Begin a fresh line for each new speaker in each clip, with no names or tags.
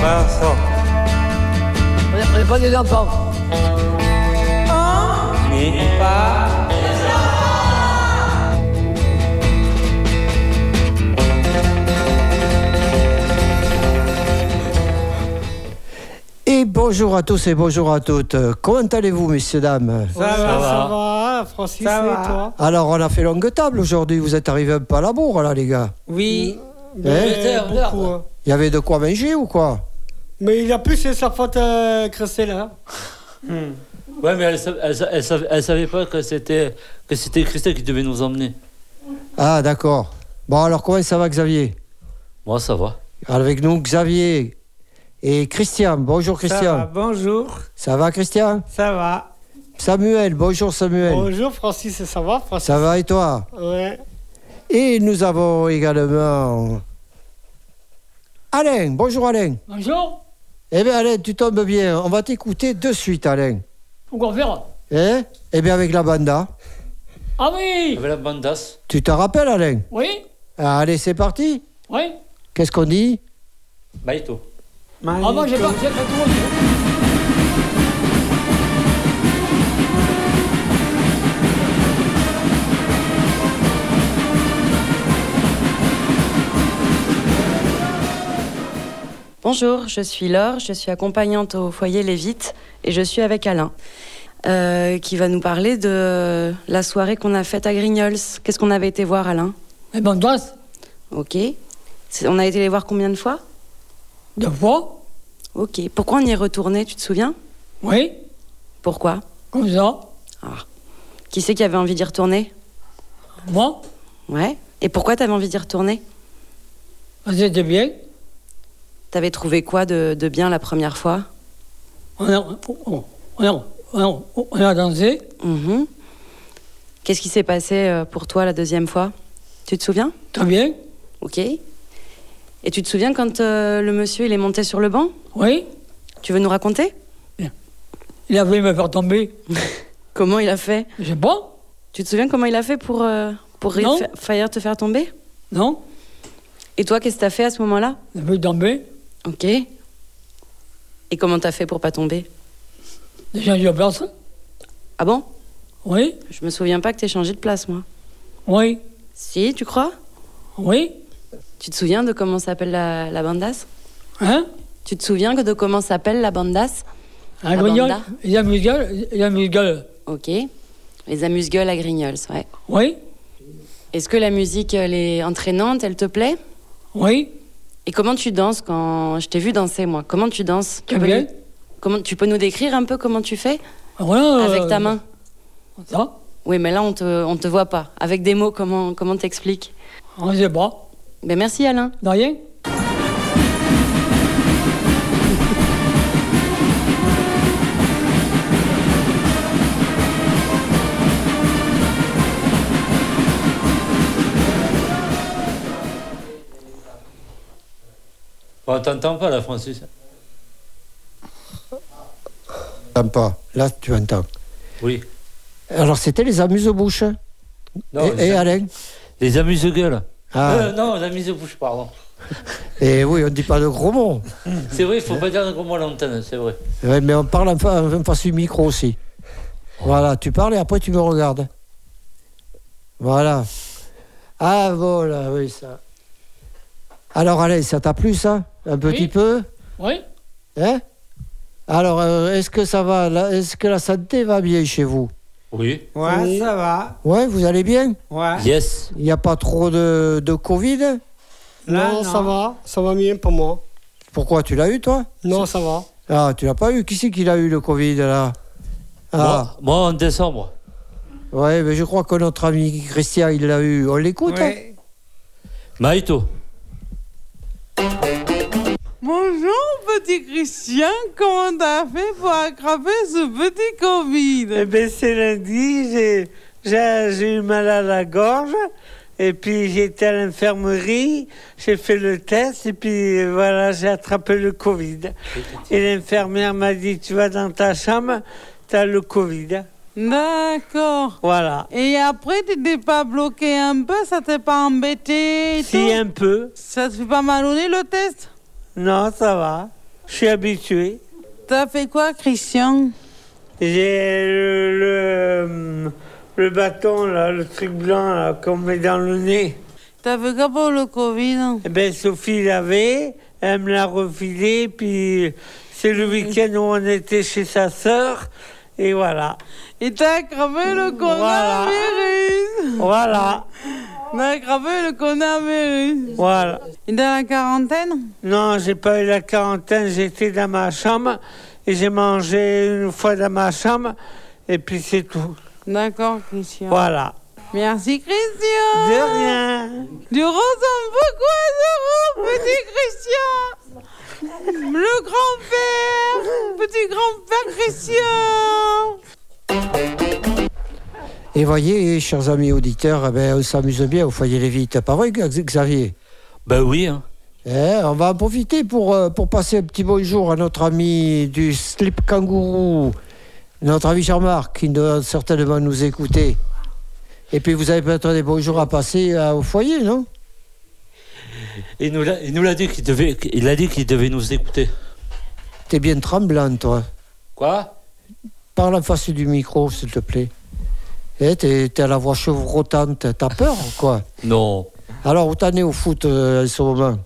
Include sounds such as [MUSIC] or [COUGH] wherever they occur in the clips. Vincent,
On est- on n'est pas des enfants.
n'est pas.
Et bonjour à tous et bonjour à toutes. Euh, Comment allez-vous, messieurs, dames
Ça va,
ça va, Francis,
Ça
et
va.
toi
Alors, on a fait longue table aujourd'hui. Vous êtes arrivés un peu à la bourre, là, les gars.
Oui,
Mais
deux heures, deux heures.
beaucoup, hein.
Il y avait de quoi manger ou quoi
Mais il a plus ses serpentes à creuser là.
Hmm. Ouais, mais elle, sa- elle, sa- elle savait, elle savait pas que c'était que c'était Christelle qui devait nous emmener.
Ah, d'accord. Bon, alors, comment ça va, Xavier
Moi, ça va.
Avec nous, Xavier et Christian. Bonjour,
ça va,
Christian.
bonjour,
Ça va, Christian
ça va.
Samuel, bonjour, Samuel.
Bonjour Francis, ça va Francis
Ça va et toi
Ouais.
Et nous avons également Alain. Bonjour, Alain.
Bonjour,
Eh bien, Alain, tu tombes bien. On va t'écouter de suite, Alain.
encore faire
Hein Eh bien, avec la banda.
Ah
Il y
oui
avait la bandasse.
Tu te rappelles, Alain
Oui
Ah, Allez, c'est parti.
Oui
Qu'est-ce qu'on dit
Baïto.
Ah moi j'ai pas, j'ai pas tout entendu.
Bonjour, je suis Laure, je suis accompagnante au foyer Lévite et je suis avec Alain euh, qui va nous parler de la soirée qu'on a faite à Grignols. Qu'est-ce qu'on avait été voir, Alain
Les bandas,
Ok. C'est- On a été les voir combien de fois
deux fois,
Ok. Pourquoi on y est retourné, tu te souviens
oui,
Pourquoi Ah.
comme ça,
Qui c'est qui avait envie d'y retourner
moi,
Ouais. Et pourquoi t'avais envie d'y retourner
c'était bien.
T'avais trouvé quoi de, de bien la première fois
On a, on a, on a, on a dansé,
Mhm. Qu'est-ce qui s'est passé euh, pour toi la deuxième fois Tu te souviens
très bien,
Ok. Et tu te souviens quand euh, le monsieur il est monté sur le banc
oui.
Tu veux nous raconter
Il a voulu me faire tomber,
Comment il a fait
je sais pas,
Tu te souviens comment il a fait pour, euh, pour
Non.
fa- faillir te faire tomber
non,
Et toi, qu'est-ce que t'as fait à ce moment-là
il a voulu tomber.
Ok. Et comment t'as fait pour pas tomber
Déjà j'ai personne,
Ah bon
oui,
Je me souviens pas que t'aies changé de place, moi.
oui,
Si, tu crois
oui,
Tu te souviens de comment s'appelle la, la bandasse
hein
Tu te souviens que de comment s'appelle la bandasse
Un
La
grignol,
banda.
il a mis le gueule, il a mis le gueule,
Ok. Les amuse-gueules à Grignols, ouais.
oui,
Est-ce que la musique, elle est entraînante, elle te plaît
oui,
Et comment tu danses quand je t'ai vu danser moi Comment tu danses tu peux,
Gabriel
nous... comment... tu peux nous décrire un peu comment tu fais
voilà.
avec
euh,
ta main
Ça,
Oui, mais là on te on te voit pas. Avec des mots comment comment t'expliques
on sait Ah, pas,
Ben merci Alain.
de rien.
Bon, t'entends pas, là, Francis
T'entends pas. Là, tu entends.
Oui.
Alors, c'était les amuse-bouches. hein
Non,
et, et
les,
Alain
les amuse-gueules.
Ah.
Euh, non, la mise bouche, pardon.
Et oui, on ne dit pas de gros mots.
C'est vrai, il faut pas dire un gros mot à l'antenne, c'est vrai.
Ouais, mais on parle en, fa- en face du micro aussi. Voilà, tu parles et après tu me regardes. Voilà. Ah, voilà, oui, ça. Alors, Alain, ça t'a plu, ça Un petit
Oui.
peu
Oui,
Hein Alors, euh, est-ce que ça va là Est-ce que la santé va bien chez vous
Oui.
Ouais, ça va.
Ouais, vous allez bien
Ouais.
Yes.
Il n'y a pas trop de, de Covid
Là, non.
non, ça va, ça va mieux pour moi.
Pourquoi tu l'as eu, toi
Non, ça va.
Ah, tu l'as pas eu Qui c'est qui l'a eu, le Covid, là Ah,
Moi, moi, en décembre.
ouais, mais je crois que notre ami Christian, il l'a eu. On l'écoute hein
Ouais.
Maïto.
Bonjour petit Christian, comment t'as fait pour attraper ce petit Covid
Eh bien, c'est lundi, j'ai- j'ai j'ai eu mal à la gorge. Et puis j'étais à l'infirmerie, j'ai fait le test et puis euh, voilà, j'ai attrapé le Covid. Et l'infirmière m'a dit, tu vas dans ta chambre, tu as le Covid.
D'accord.
Voilà.
Et après, t'étais pas bloqué un peu, ça t'est pas embêté et
Si
tout
un peu,
Ça te fait pas mal au nez le test
non, ça va. Je suis habitué.
T'as fait quoi, Christian
J'ai le, le, le bâton, là, le truc blanc là, qu'on met dans le nez.
T'as fait quoi pour le Covid hein?
Eh ben, Sophie l'avait, elle me l'a refilé, puis c'est le week-end où on était chez sa sœur, et voilà.
Et t'as aggravé le coronavirus
Voilà,
T'as aggravé le coronavirus
voilà.
Et dans la quarantaine
Non, j'ai pas eu la quarantaine, j'étais dans ma chambre, et j'ai mangé une fois dans ma chambre, et puis c'est tout.
D'accord, Christian.
Voilà.
Merci, Christian
De rien.
Tu ressembles beaucoup à Zorro, petit Christian Le grand-père Petit grand-père Christian
Et voyez, chers amis auditeurs, eh ben, on s'amuse bien au foyer Lévite. Pas vrai, Xavier
Ben oui, hein.
Eh, on va en profiter pour, euh, pour passer un petit bonjour à notre ami du slip kangourou, notre ami Jean-Marc, qui doit certainement nous écouter. Et puis vous avez peut-être des bonjours à passer euh, au foyer, non
Il nous l'a il nous l'a dit qu'il devait, il a dit qu'il devait nous écouter.
T'es bien tremblant, toi.
Quoi
Parle en face du micro, s'il te plaît. Eh, t'es t'as la voix chevrotante, t'as peur ou quoi
[LAUGHS] Non.
Alors, où t'en es au foot euh, en ce moment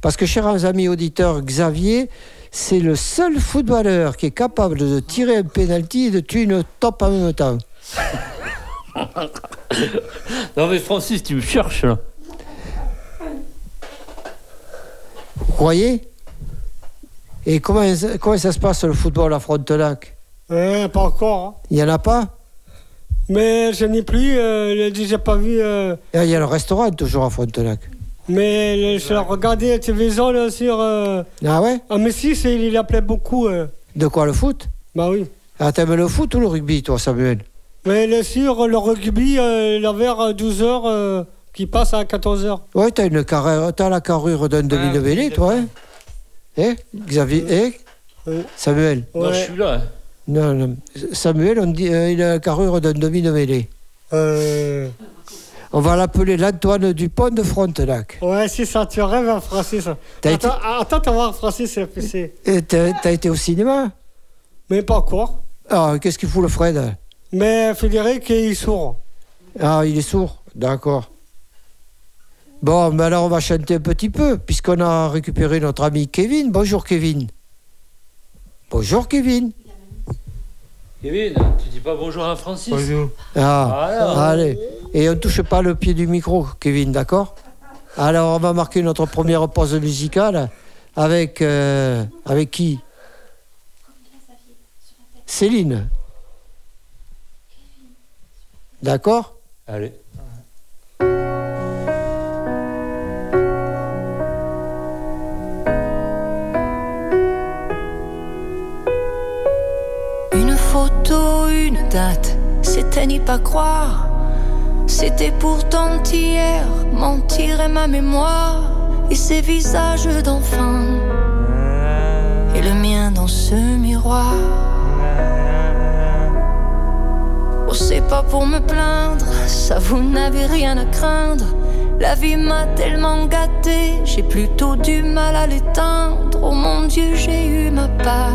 Parce que, chers amis auditeurs, Xavier, c'est le seul footballeur qui est capable de tirer un pénalty et de tuer une top en même temps.
Non mais Francis, tu me cherches là.
Vous croyez Et comment, ça- comment ça se passe le football à Frontenac
Eh, pas encore. hein.
Il n'y en a pas
Mais je n'ai plus, euh, je n'ai pas vu. euh,
Eh, Il y a le restaurant toujours à Frontenac.
mais le- je regardais la télévision là, sur. euh,
Ah ouais
ah, mais si, c'est- il l'appelait beaucoup. euh.
De quoi le foot
bah oui.
Ah, t'aimes le foot ou le rugby, toi, Samuel
Mais le sur le rugby, euh, il a vers 12h qui passe à 14h.
Ouais, t'as une carrure, t'as la carrure d'un demi de mêlée, toi, hein Eh Xavier Eh
Euh.
Samuel
Non, je suis là. hein.
Non, non. Samuel, on dit, euh, il a la carrure d'un demi de mêlée.
Euh,
On va l'appeler l'Antoine Dupont de Frontenac.
ouais, si ça, tu rêves, hein, Francis.
T'as été,
Attends, ah, attends, t'as voir, Francis, c'est- c'est-
euh, t'as- t'as été au cinéma
Mais pas encore.
Ah, qu'est-ce qu'il fout le Fred
Mais Frédéric, il est sourd.
Ah, il est sourd. D'accord. Bon, mais alors on va chanter un petit peu, puisqu'on a récupéré notre ami Kevin. Bonjour Kevin. Bonjour Kevin.
Kevin, tu dis pas bonjour à Francis
Ah,
Alors.
allez. Et on ne touche pas le pied du micro, Kevin, d'accord Alors, on va marquer notre première pause musicale avec, euh, avec qui Céline. D'accord
Allez.
Une photo, une date, c'était n'y pas croire. C'était pourtant hier, mentir est ma mémoire. Et ses visages d'enfant, et le mien dans ce miroir. Oh, c'est pas pour me plaindre, ça vous n'avez rien à craindre. La vie m'a tellement gâtée, j'ai plutôt du mal à l'éteindre. Oh mon Dieu, j'ai eu ma part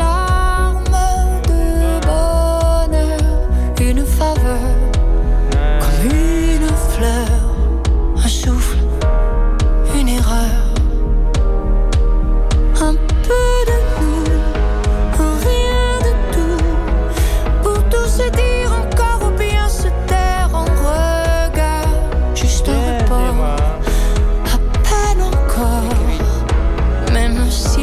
larme de bonheur, une faveur, comme une fleur, un souffle, une erreur, un peu de nous, rien de tout, pour tout se dire encore ou bien se taire en regard, juste un repos, à peine encore, même si.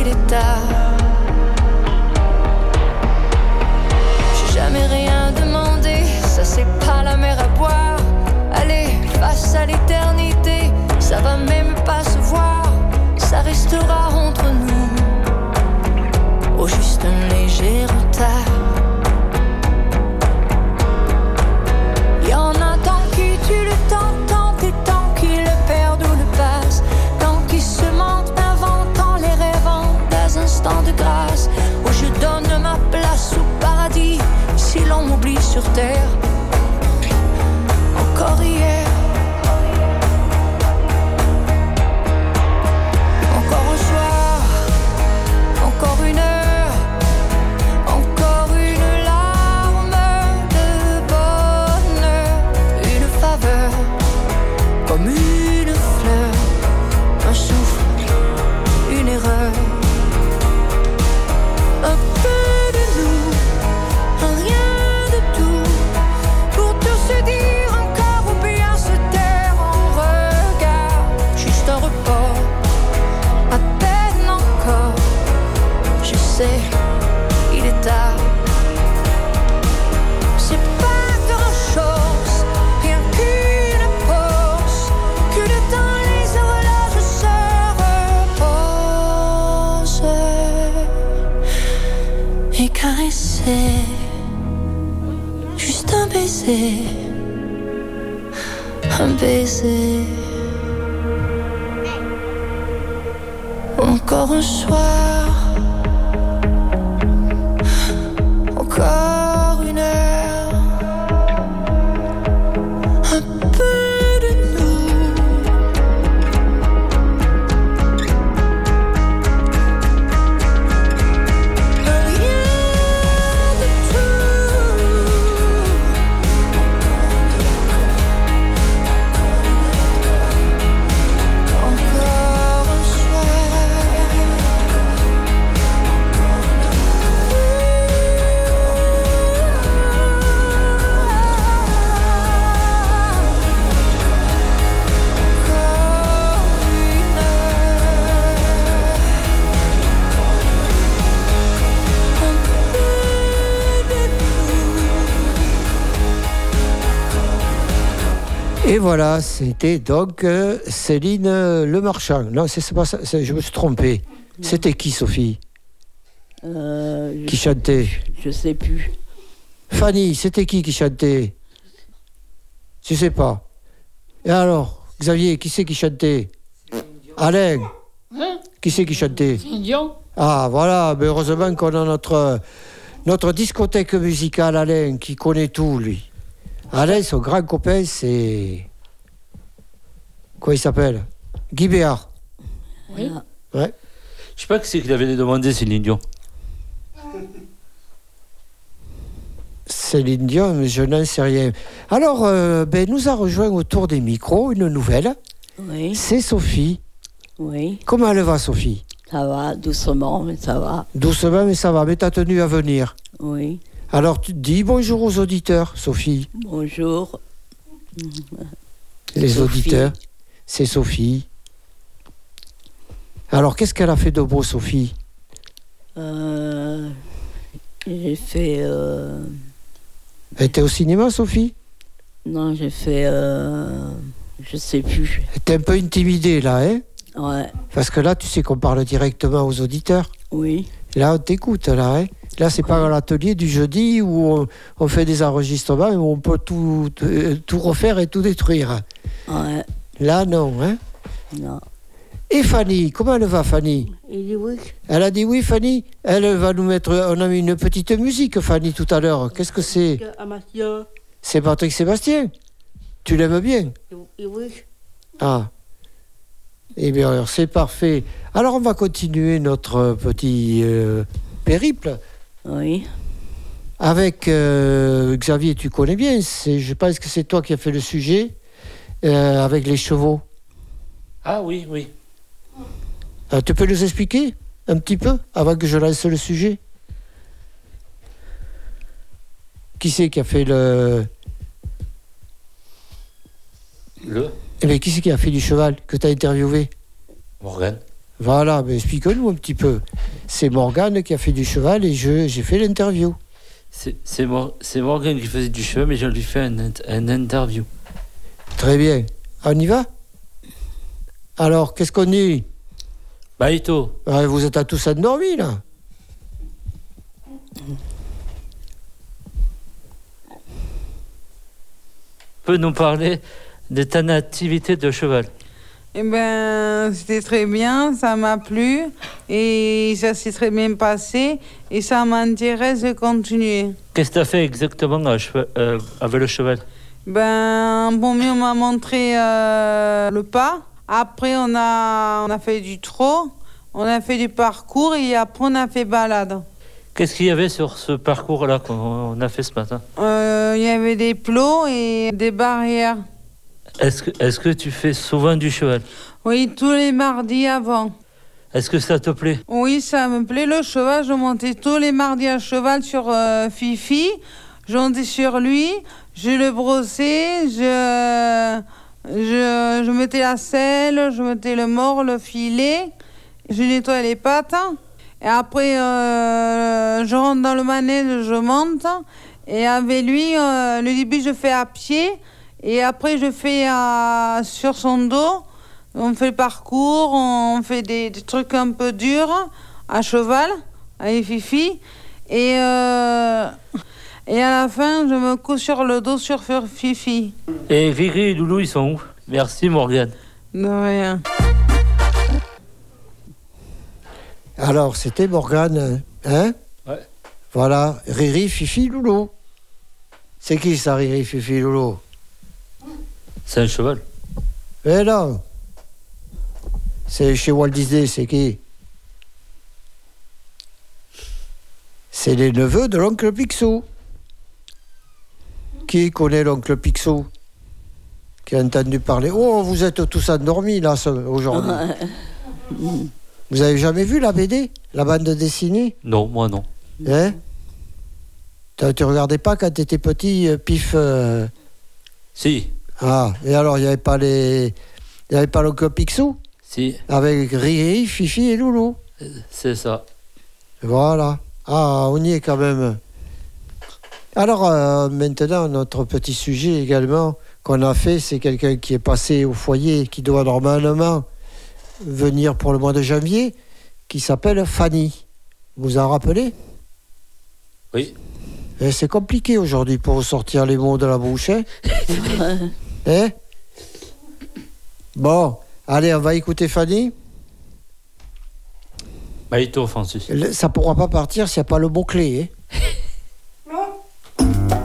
Oh, terre. Encore hier. Encore un soir. Encore une heure. Encore une larme de bonheur. Une faveur. Comme une fleur. Un souffle. Une erreur. Un peu de nous. Un rien de tout pour tout se dire encore ou bien se taire en regard. Juste un report, à peine encore. Je sais, il est tard. C'est pas grand chose, rien qu'une pause. Que le temps, les horloges se reposent et caresser juste un baiser, un baiser. Encore un soir, encore une heure, un peu de nous, rien de tout. Encore un
Et voilà, c'était donc euh, Céline euh, Le Marchand. Non, c'est c'est pas ça, c'est- je me suis trompé. C'était qui, Sophie
Euh,
Qui chantait
je, je sais plus.
Fanny, c'était qui qui chantait Tu sais pas. Et alors, Xavier, qui c'est qui chantait Alain,
Hein
qui c'est qui chantait
C'est idiot
Ah, voilà, mais heureusement qu'on a notre, notre discothèque musicale, Alain, qui connaît tout, lui. Alain, son grand copain, c'est. Quoi il s'appelle Guy Béard.
Oui.
Ouais.
Je sais pas qui c'est qu'il avait demandé, Céline Dion.
Céline Dion, mais je n'en sais rien. Alors, euh, ben, nous a rejoint autour des micros une nouvelle.
Oui.
C'est Sophie.
Oui,
Comment elle va, Sophie
ça va, doucement, mais ça va.
Doucement, mais ça va, mais t'as tenu à venir.
Oui.
Alors, tu dis bonjour aux auditeurs, Sophie.
Bonjour.
Les
Sophie.
auditeurs, c'est Sophie. Alors, qu'est-ce qu'elle a fait de beau, Sophie
Euh, j'ai fait. euh,
Elle était au cinéma, Sophie
non, j'ai fait. euh, je sais plus.
Elle était un peu intimidée, là, hein
Ouais.
Parce que là, tu sais qu'on parle directement aux auditeurs.
Oui.
Là, on t'écoute, là, hein Là, c'est pas l'atelier du jeudi où on, on fait des enregistrements et où on peut tout, euh, tout refaire et tout détruire.
Ouais.
Là, non, hein
Non.
Et Fanny, comment elle va, Fanny
Il dit oui.
Elle a dit oui, Fanny. Elle va nous mettre. On a mis une petite musique, Fanny, tout à l'heure. Qu'est-ce que c'est C'est Patrick Sébastien. Tu l'aimes bien
oui.
Ah. Eh bien, alors, c'est parfait. Alors, on va continuer notre euh, petit euh, périple.
Oui.
Avec euh, Xavier, tu connais bien. c'est- Je pense que c'est toi qui as fait le sujet euh, avec les chevaux.
Ah oui, oui.
Ah, tu peux nous expliquer un petit peu avant que je lance le sujet Qui c'est qui a fait le.
Le
Eh bien, qui c'est qui a fait du cheval que tu as interviewé
Morgan.
Voilà, mais explique-nous un petit peu. C'est Morgane qui a fait du cheval et je- j'ai fait l'interview.
C'est c'est Mor- c'est Morgan qui faisait du cheval, mais j'ai lui fait un, int- un interview.
Très bien. Ah, On y va Alors, qu'est-ce qu'on dit
Baïto,
Ah, Vous êtes à tous endormis, là
peux nous parler de ta nativité de cheval
Eh ben, c'était très bien, ça m'a plu. et ça s'est très bien passé et ça m'intéresse de continuer.
Qu'est-ce que tu as fait exactement à cheval- euh, avec le cheval
Ben, bon mieux, on m'a montré euh, le pas. Après, on a, on a fait du trot, on a fait du parcours et après, on a fait balade.
Qu'est-ce qu'il y avait sur ce parcours-là qu'on on a fait ce matin
Euh, Il y avait des plots et des barrières.
Est-ce que, est que tu fais souvent du cheval
Oui, tous les mardis avant.
Est-ce que ça te plaît
Oui, ça me plaît le cheval. Je montais tous les mardis à cheval sur euh, Fifi. J'étais sur lui, je le brossais, je, je, je mettais la selle, je mettais le mort, le filet, je nettoyais les pattes. Et après, euh, je rentre dans le manège, je monte. Et avec lui, euh, le début, je fais à pied. Et après, je fais à- sur son dos. On fait le parcours, on fait des, des trucs un peu durs à cheval, avec Fifi. Et, euh, et à la fin, je me couche sur le dos sur sur Fifi.
Et Grégory et Doulou, ils sont où Merci Morgane.
De rien.
Alors, c'était Morgane, hein
Ouais.
Voilà, Riri, Fifi, Loulou. C'est qui ça, Riri, Fifi, Loulou
C'est un cheval.
Eh non C'est chez Walt Disney, c'est qui C'est les neveux de l'oncle Picsou. Qui connaît l'oncle Picsou Qui a entendu parler Oh, vous êtes tous endormis là ce- aujourd'hui. Vous avez jamais vu la BD La bande dessinée
Non, moi non.
Hein T'as- Tu regardais pas quand t'étais petit, euh, pif euh,
Si,
Ah, et alors, il n'y avait pas les. Il n'y avait pas l'oncle Picsou
si,
Avec Riri, Fifi et Loulou.
c'est ça.
Voilà. Ah, on y est quand même. Alors, euh, maintenant, notre petit sujet également qu'on a fait, c'est quelqu'un qui est passé au foyer, qui doit normalement venir pour le mois de janvier, qui s'appelle Fanny. Vous en rappelez
Oui.
Eh, C'est compliqué aujourd'hui pour vous sortir les mots de la bouche. Hein Hein bon, allez, on va écouter Fanny.
Maïto Francis.
Le- Ça pourra pas partir s'il n'y a pas le mot-clé. hein.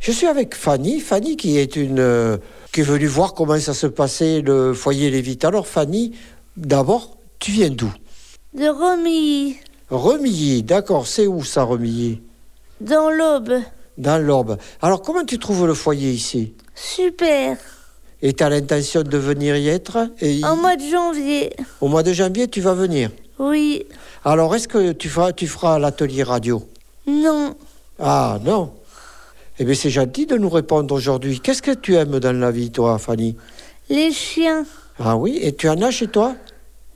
Je suis avec Fanny, Fanny qui est une euh, qui est venue voir comment ça se passait le foyer Lévite. Alors Fanny, d'abord, tu viens d'où
De Romilly,
Remilly, d'accord, c'est où ça Remilly
dans l'aube.
Dans l'Orbe. Alors comment tu trouves le foyer ici
Super.
Et tu as l'intention de venir y être et y-
En mois de janvier.
Au mois de janvier, tu vas venir.
Oui.
Alors est-ce que tu feras, tu feras l'atelier radio
Non.
Ah non Eh bien, c'est gentil de nous répondre aujourd'hui. Qu'est-ce que tu aimes dans la vie, toi, Fanny
Les chiens.
Ah oui Et tu en as chez toi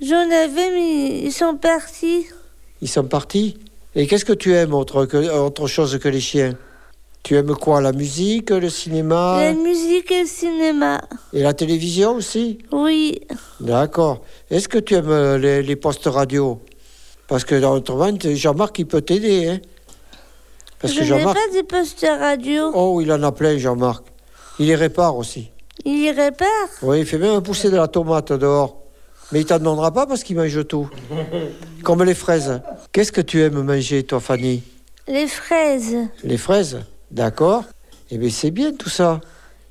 J'en avais, mais ils sont partis.
Ils sont partis Et qu'est-ce que tu aimes autre, que, autre chose que les chiens Tu aimes quoi La musique, le cinéma
La musique et le cinéma.
et la télévision aussi
Oui.
D'accord. Est-ce que tu aimes euh, les, les postes radio Parce que autrement, tu- Jean-Marc, il peut t'aider. Hein Parce
Je
que
n'ai
Jean-Marc...
pas de poster radio.
Oh, il en a plein, Jean-Marc. Il les répare aussi.
Il y répare.
[LAUGHS] Oui, il fait même pousser de la tomate dehors. Mais il t'en donnera pas parce qu'il mange tout. Comme les fraises. Qu'est-ce que tu aimes manger, toi, Fanny
Les fraises.
Les fraises D'accord. Eh bien, c'est bien tout ça.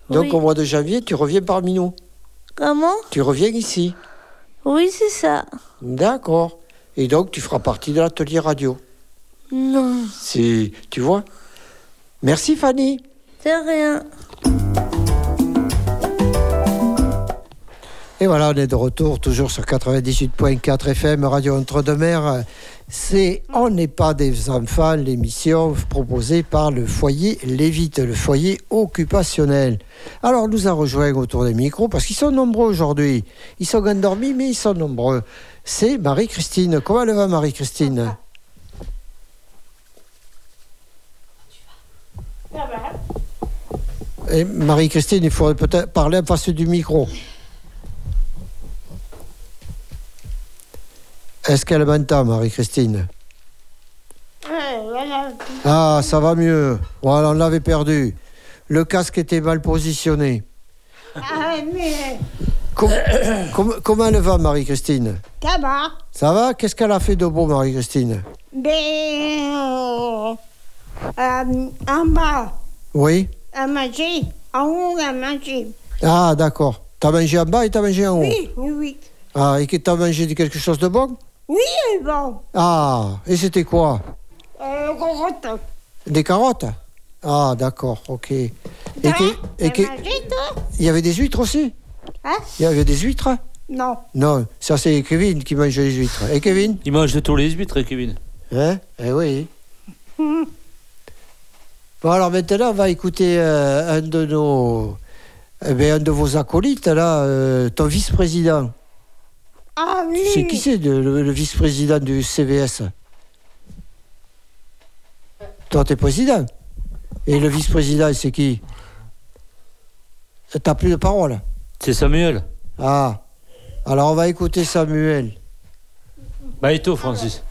Donc,
Oui.
au mois de janvier, tu reviens parmi nous.
Comment
Tu reviens ici.
Oui, c'est ça.
D'accord. Et donc, tu feras partie de l'atelier radio.
Non.
C'est... Tu vois Merci, Fanny.
De rien.
Et voilà, on est de retour, toujours sur 98.4 FM, Radio Entre-deux-Mers. C'est On n'est pas des enfants, l'émission proposée par le foyer Lévite, le foyer occupationnel. Alors, nous a rejoint autour des micros, parce qu'ils sont nombreux aujourd'hui. Ils sont endormis, mais ils sont nombreux. C'est Marie-Christine. Comment elle va, Marie-Christine Et Marie-Christine, il faudrait peut-être parler en face du micro. Est-ce qu'elle m'entend, Marie-Christine Ah, ça va mieux. Voilà, on l'avait perdu. Le casque était mal positionné.
Ah, mais
Com- [COUGHS] com- comment elle va, Marie-Christine
Ça va
Ça va Qu'est-ce qu'elle a fait de beau, Marie-Christine
Mais. euh, euh, en bas,
Oui
à manger. En haut, à manger.
Ah, d'accord. T'as mangé en bas et t'as mangé en haut
Oui, oui, oui.
Ah, et que t'as mangé de quelque chose de bon
Oui, elle est bon.
Ah, et c'était quoi
Euh, carotte.
Des carottes Ah, d'accord, ok. Et que- et que-
T'as mangé, toi
il y avait des huîtres aussi
Hein
Il y avait des huîtres
Non.
Non, ça c'est Kevin qui mange les huîtres. Et Kevin
Il mange de tous les huîtres, Kevin.
Hein Eh oui. [LAUGHS] Bon, alors maintenant, on va écouter euh, un de nos. eh ben, un de vos acolytes, là, euh, ton vice-président.
Ah oui.
C'est qui c'est de- le, le vice-président du CVS Toi, t'es président. Et le vice-président, c'est qui T'as plus de parole
C'est Samuel.
Ah. Alors, on va écouter Samuel.
Bah, et toi, Francis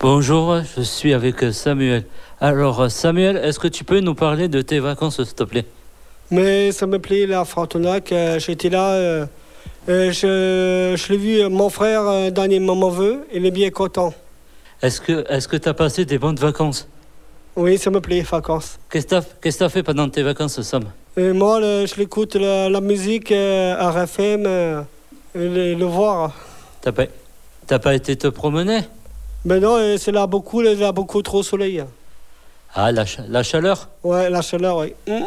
Bonjour, je suis avec Samuel. Alors, Samuel, est-ce que tu peux nous parler de tes vacances, s'il te plaît
Mais ça me plaît, la Frontenac. euh, J'étais là. euh, euh, je je l'ai vu, euh, mon frère, euh, dernier moment veut. Il est bien content.
Est-ce que est-ce que t'as passé des bonnes vacances
Oui, ça me plaît, vacances.
Qu'est-ce que t'as qu'est-ce que t'as fait pendant tes vacances, Sam
Et moi, le- je l'écoute, la, la musique euh, RFM, euh, et le, le voir.
T'as pas t'as pas été te promener
Mais non, euh, c'est là beaucoup, là beaucoup trop soleil.
Ah, la, cha- la chaleur
Ouais, la chaleur, oui. Hum.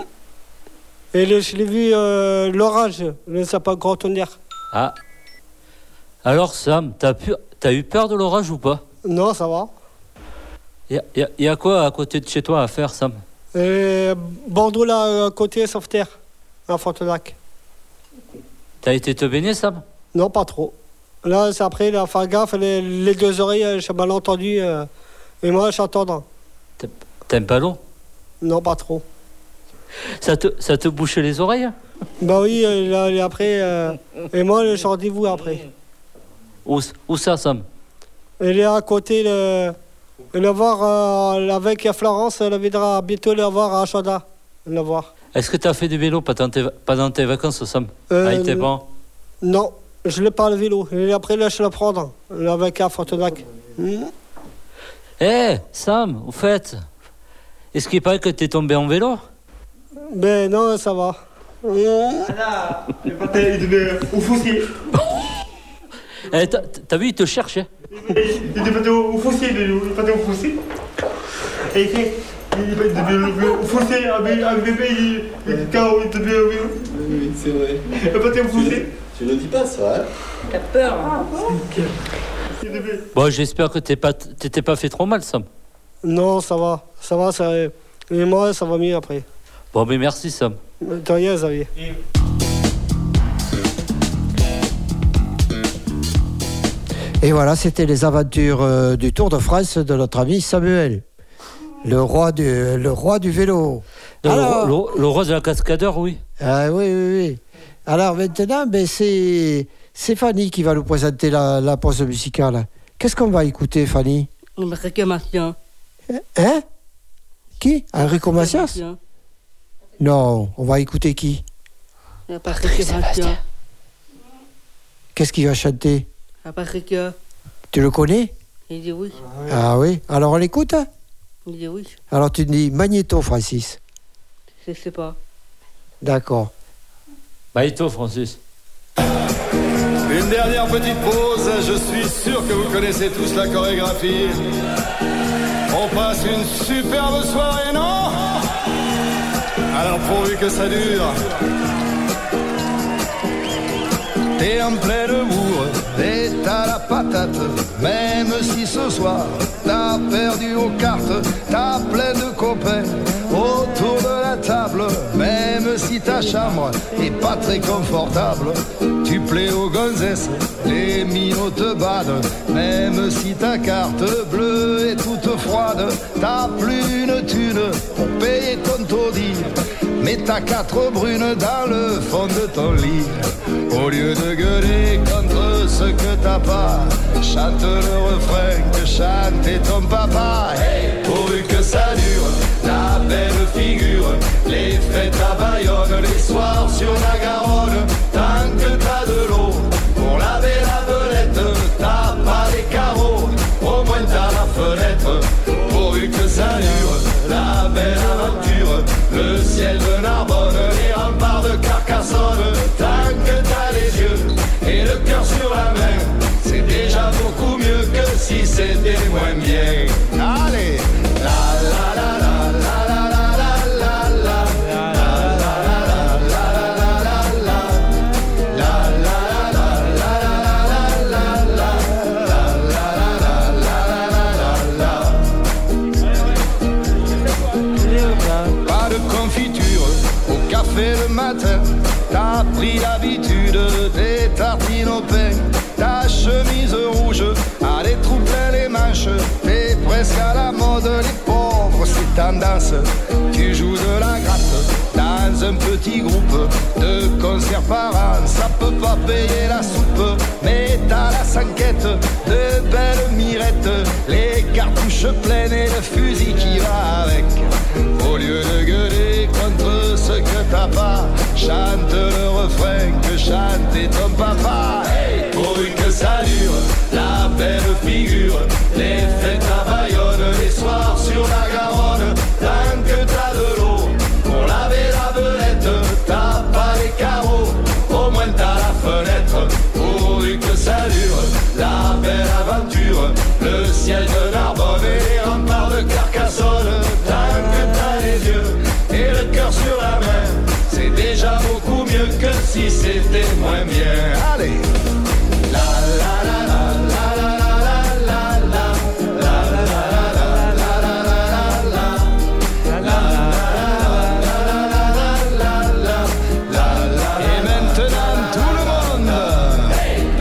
Et le- je l'ai vu, euh, l'orage, le sapin grand tonnerre.
Ah. Alors, Sam, t'as pu t'as eu peur de l'orage ou pas
Non, ça va.
Y a, y a- y a quoi à côté de chez toi à faire, Sam
Et Bordeaux, là, à côté, sauf terre, à Frontenac.
T'as été te baigner, Sam
Non, pas trop. Là, c'est après, la faire gaffe, les, les deux oreilles, euh, j'ai mal entendu. euh, et moi, j'entends.
T'aimes pas l'eau
Non, pas trop.
Ça te ça te bouche les oreilles
Bah oui, euh, là, et après. euh, et moi, j'ai rendez-vous après.
Où, s- où ça, Sam
Elle est à côté, le, le voir euh, avec Florence, elle viendra bientôt le voir à Chanda. Le voir.
Est-ce que t'as fait du vélo pendant tes, va- pendant tes vacances, Sam
Euh,
Ah, il était
non.
bon.
Non, je l'ai pas le vélo. Et après, là, je le prendre. Là, avec à Frontenac.
Eh, Sam, au fait, est-ce qu'il paraît que t'es tombé en vélo
Mais Ben non, ça va.
au fossé.
[LAUGHS] Eh, t'as- t'as vu, il te cherche, hein
Il était pas au fossé, il est pas au fossé. Et il fait. Il est pas au fossé, un bébé, il est KO, il est tombé au vélo. Oui, c'est vrai. Il est pas au fossé. Tu ne dis pas ça, hein T'as peur. hein.
Bon, j'espère que t'es pas- t'étais pas fait trop mal, Sam.
Non, ça va. Ça va, ça va. Et moi, ça va mieux après.
Bon, mais merci, Sam.
De rien, Xavier.
Et voilà, c'était les aventures euh, du Tour de France de notre ami Samuel, le roi du, le roi du vélo.
Le,
Alors-
le- le rose de la cascadeur, oui.
Ah oui, oui, oui. Alors maintenant, ben, c'est c'est Fanny qui va nous présenter la, la pause musicale. Qu'est-ce qu'on va écouter, Fanny
Enrique Macias.
Hein Qui Enrico Macias Non, on va écouter qui
Enrique Macias.
Qu'est-ce qu'il va chanter
Enrique.
Tu le connais
Ah, euh, Il dit oui.
Ah oui Alors on l'écoute
Il dit oui.
Alors tu dis Magneto, Francis.
Je sais pas.
D'accord.
Bah, et toi, Francis
Une dernière petite pause, je suis sûr que vous connaissez tous la chorégraphie. On passe une superbe soirée, non Alors pourvu que ça dure.
T'es en pleine bourre, t'es à la patate, même si ce soir t'as perdu aux cartes, t'as plein de copains autour de la table, même si ta chambre est pas très confortable. Tu plais aux gonzesses, les minots te badent, même si ta carte bleue est toute froide, t'as plus une thune pour payer ton taudis. Mais mais t'as quatre brunes dans le fond de ton lit. Au lieu de gueuler contre ce que t'as pas, chante le refrain que chantait ton papa. Hey, pourvu que ça dure, la belle figure, les fêtes à Bayonne, les soirs sur la Garonne, tant que t'as de l'eau pour laver la belette, t'as pas les carreaux, au moins t'as la fenêtre, pourvu que ça dure, la belle aventure, le ciel de Narbonne, les remparts de Carcassonne, tant que t'as les yeux et le cœur sur la main, c'est déjà beaucoup mieux que si c'était moins bien. Allez, la la la la. Pas de confiture au café le matin. T'as pris l'habitude des tartines au pain. Ta chemise rouge a des trous plein les manches. T'es presque à la mode, les pauvres, c'est tendance. Tu joues de la gratte dans un petit groupe de concerts par an. Ça peut pas payer la soupe, mais t'as la sanquette de belles mirettes. Les cartouches pleines et le fusil qui va avec. Au lieu de gueuler contre ce que t'as pas, chante le refrain que chantait ton papa. Hey Pourvu Oh, que ça dure, la belle figure, les fêtes à Bayonne, les soirs sur la Garonne, tant que t'as de l'eau pour laver la belette, t'as pas les carreaux, au moins t'as la fenêtre. Pourvu que ça dure, la belle aventure, le ciel de Narbonne et les remparts de Carcassonne, tant que t'as les yeux et le cœur sur la main, c'est déjà beaucoup mieux que si c'était moins bien. Allez, la la la la. Et maintenant tout le monde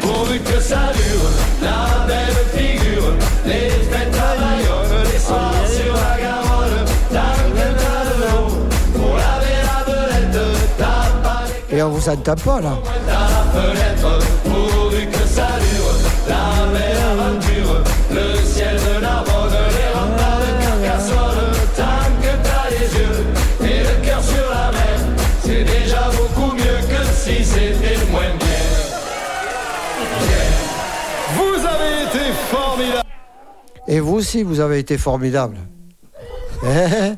Pourvu que ça dure, la belle figure, les fêtes à Bayonne, les soirs sur la Garonne, t'as le tas de l'eau, pour laver la belette, t'as pas
Et on vous entend pas là.
la fenêtre, pourvu que ça dure, la belle aventure, le ciel de Narbonne, les remparts de Carcassonne, tant que t'as les yeux et le cœur sur la mer, c'est déjà beaucoup mieux que si c'était moins bien. Vous avez été formidable.
Et vous aussi, vous avez été formidable. Hein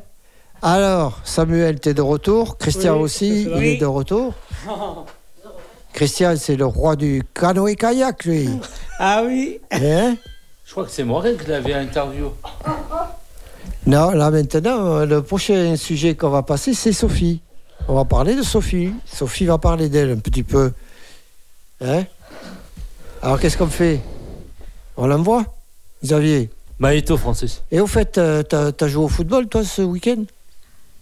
Alors, Samuel, t'es de retour. Christian
Oui,
aussi,
c'est
il
cela.
est de retour. Christian, c'est le roi du canoë-kayak, lui.
Ah oui
Hein
Je crois que c'est Maureen qui l'avait interview.
non, là maintenant, euh, le prochain sujet qu'on va passer, c'est Sophie. On va parler de Sophie. Sophie va parler d'elle un petit peu. Hein Alors, qu'est-ce qu'on fait On l'envoie Xavier
Maïto, Francis.
Et au fait, euh, t'as as joué au football, toi, ce week-end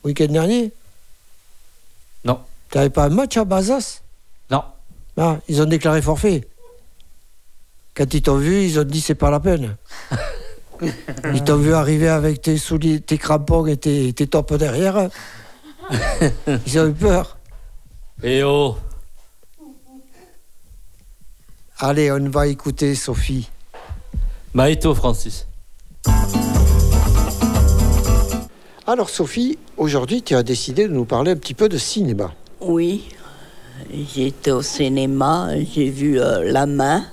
Week-end dernier
Non.
T'avais pas un match à Bazas
Non.
Ah, ils ont déclaré forfait. Quand ils t'ont vu, ils ont dit c'est pas la
[LAUGHS]
peine. ils t'ont vu arriver avec tes souliers, tes crampons et tes, tes tops
[LAUGHS]
derrière. ils ont eu peur.
Et oh
Allez, on va écouter Sophie.
Maïto, bah, Francis.
Alors Sophie, aujourd'hui tu as décidé de nous parler un petit peu de cinéma.
Oui, j'étais au cinéma, j'ai vu euh, La Main.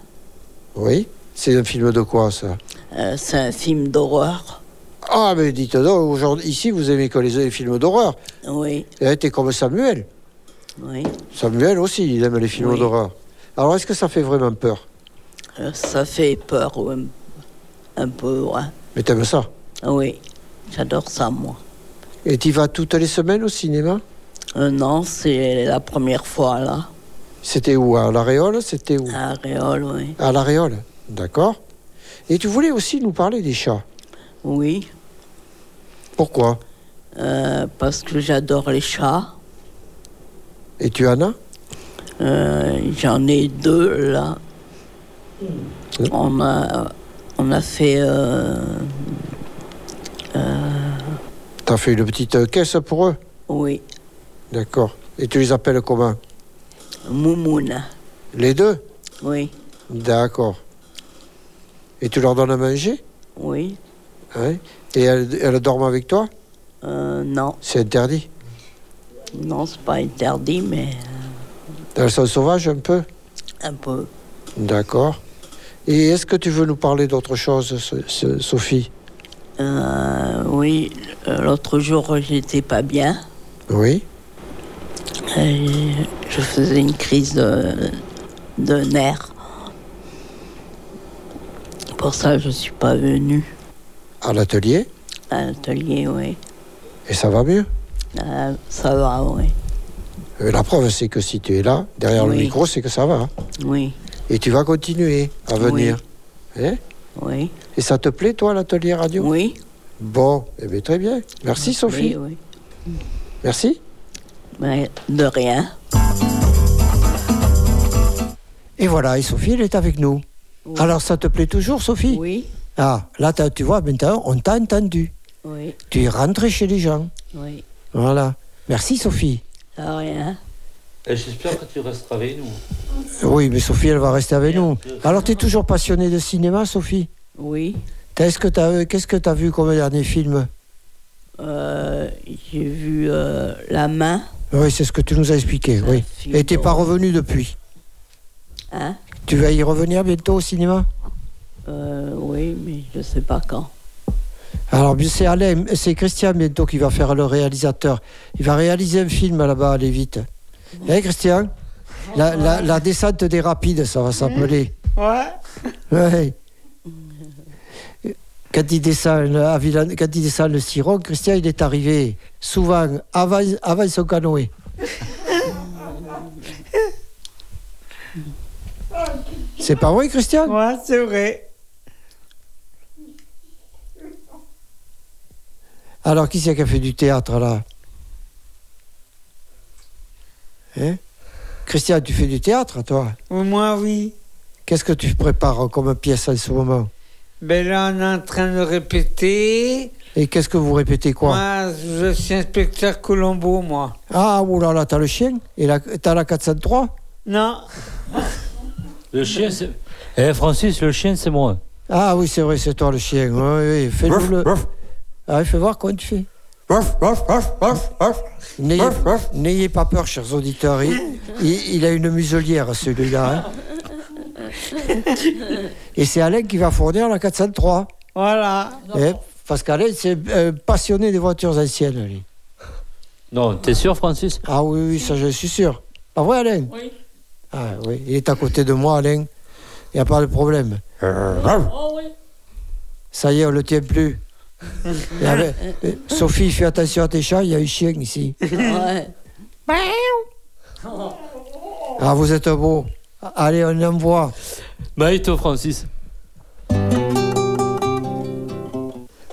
Oui C'est un film de quoi ça
Euh, c'est un film d'horreur.
Ah mais dites donc, aujourd'hui ici vous aimez que les, les films d'horreur.
Oui,
Et t'es comme Samuel.
oui.
Samuel aussi, il aime les films
Oui.
d'horreur. Alors est-ce que ça fait vraiment peur
Euh, ça fait peur, oui, un peu, ouais.
Mais t'aimes ça
Oui, j'adore ça, moi.
Et tu vas toutes les semaines au cinéma
Euh, non, c'est la première fois, là.
C'était où À l'Aréole C'était où
À l'Aréole, oui.
À l'Aréole, d'accord. Et tu voulais aussi nous parler des chats.
Oui,
Pourquoi
euh, parce que j'adore les chats.
Et tu en as
Euh, J'en ai deux là.
Mmh.
On a, on a fait. euh, euh,
T'as fait une petite euh, caisse pour eux
oui,
D'accord. Et tu les appelles comment
Moumouna.
Les deux
Oui,
D'accord. Et tu leur donnes à manger
oui.
Hein Et elles, elles dorment avec toi
Euh, non,
C'est interdit.
non, c'est pas interdit, mais
Elles sont sauvages un peu
un peu.
D'accord. Et est-ce que tu veux nous parler d'autre chose, So- So- Sophie
Euh, oui, euh, l'autre jour, j'étais pas bien.
Oui
Euh, je faisais une crise de, de nerfs. Pour ça, je suis pas venue
À l'atelier
à l'atelier, oui.
Et ça va mieux
Euh, ça va, oui.
Euh, La preuve, c'est que si tu es là, derrière le
Oui.
micro, c'est que ça va. hein.
Oui.
Et tu vas continuer à venir. Hein
Oui.
Et ça te plaît, toi, l'atelier radio
Oui.
Bon, eh bien, très bien. Merci, Sophie.
Oui,
Merci.
oui. De rien.
Et voilà, et Sophie, elle est avec nous. Alors, ça te plaît toujours, Sophie
Oui.
Ah, là, t'as- tu vois, maintenant, on t'a entendu.
Oui.
Tu es rentrée chez les gens.
Oui.
Voilà. Merci, Sophie.
De rien.
Et Eh, j'espère que tu resteras avec nous.
Oui, mais Sophie, elle va rester avec nous. Alors, tu es toujours passionnée de cinéma, Sophie
Oui.
Qu'est-ce que tu as, qu'est-ce que t'as vu comme dernier film
Euh, J'ai vu euh, la main.
Oui, c'est ce que tu nous as expliqué, oui. Et t'es pas revenu depuis
Ah, Hein
Tu vas y revenir bientôt au cinéma
Euh, oui, mais je sais pas quand.
Alors, bien, c'est Alain, c'est Christian bientôt qui va faire le réalisateur. Il va réaliser un film là-bas, allez vite. Hein, Christian la, la- la descente des rapides, ça va s'appeler.
Ouais.
Hein
Ouais. Quand il, descend, là, à Villan- quand il descend le Siron, Christian, il est arrivé souvent avant, avant son canoë. C'est pas vrai, Christian
Ouais, c'est vrai.
Alors, qui c'est qui a fait du théâtre, là Hein Christian, tu fais du théâtre, toi
Moi, oui.
Qu'est-ce que tu prépares comme pièce en ce moment
Ben là, on est en train de répéter.
Et qu'est-ce que vous répétez, quoi
Moi, je suis inspecteur Colombo, moi.
Ah, oulala, là là, t'as le chien Et la- t'as la 403
Non.
Le chien, c'est. Eh, Francis, le chien, c'est moi.
Ah oui, c'est vrai, c'est toi le chien. Oui, oui, fais-nous le... Ah, fais voir comment tu fais. N'ayez- N'ayez pas peur, chers auditeurs. Il, il- il a une muselière, celui-là. hein. Et c'est Alain qui va fournir la 403.
Voilà.
Eh, parce qu'Alain, c'est euh, passionné des voitures anciennes, lui.
[LAUGHS]
Non, t'es sûr, Francis
Ah oui, oui, ça, je suis sûr. Pas vrai, Alain
Oui.
Ah oui, il est à côté de moi, Alain. Il n'y a pas de problème.
Euh,
Ça y est, on le tient plus. Et avec- euh, Sophie, fais attention à tes chats, il y a un chien ici.
Ouais.
[LAUGHS]
Ah, vous êtes beau. Allez, on envoie.
Bye, toi, Francis.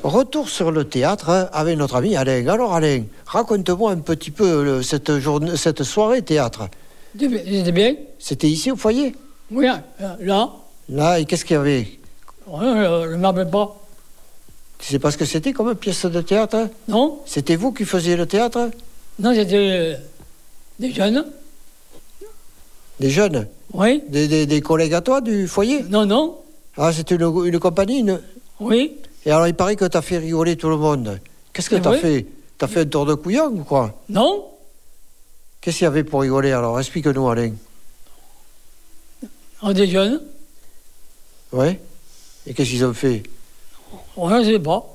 Retour sur le théâtre hein, avec notre ami Alain. Alors, Alain, raconte-moi un petit peu euh, cette, journée, cette soirée théâtre.
J'étais bien.
C'était ici au foyer
Oui, euh, là.
Là, et qu'est-ce qu'il y avait
Euh, je ne me rappelle pas.
Tu sais pas ce que c'était comme pièce de théâtre hein
Non.
C'était vous qui faisiez le théâtre
Non, j'étais euh, des jeunes.
Des jeunes
Oui.
Des, des- des collègues à toi du foyer
Non, non.
Ah, c'était une, une compagnie une-
Oui. Eh
Et alors, il paraît que tu as fait rigoler tout le monde. Qu'est-ce que
C'est
tu as
vrai
fait Tu as fait un tour de couillon ou quoi
Non.
Qu'est-ce qu'il y avait pour rigoler alors Explique-nous, Alain.
Ah, des jeunes.
Ouais Et qu'est-ce qu'ils ont fait
Ouais, je sais pas.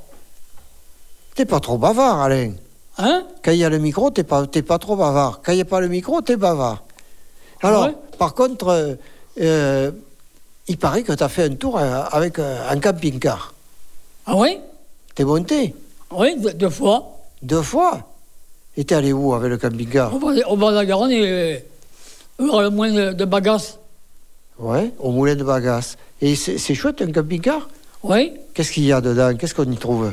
T'es pas trop bavard, Alain.
Hein
Quand il y a le micro, t'es pas, t'es pas trop bavard. Quand il n'y a pas le micro, t'es bavard. Alors,
Ouais.
par contre, euh, euh, il paraît que t'as fait un tour euh, avec euh, un camping-car.
Ah oui
T'es monté
Oui, deux, deux fois.
Deux fois Et t'es allé où avec le camping-car
Au bord, au bord de la Garonne, et, il y aura le moins de, de bagages.
Ouais, au moulin de Bagasse. Et c'est c'est chouette un camping-car
Oui.
Qu'est-ce qu'il y a dedans Qu'est-ce qu'on y trouve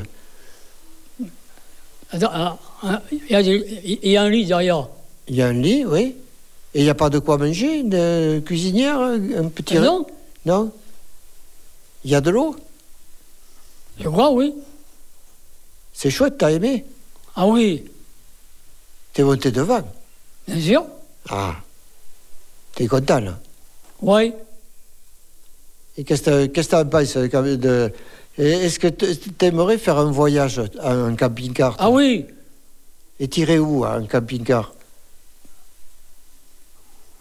Attends, ah, ah, il y, a des- il y a un lit derrière.
Il y a un lit, oui Et il n'y a pas de quoi manger Une euh, cuisinière Un petit...
Ah non.
Non Il y a de l'eau
Je crois, oui.
C'est chouette, t'as aimé
Ah oui.
T'es monté devant
Bien sûr.
Ah. T'es content, là
Oui.
Et qu'est-ce que qu'est-ce que t'en penses euh, quand même, de... Et Est-ce que t- t'aimerais faire un voyage en en camping-car Ah
oui
Et tirer où en camping-car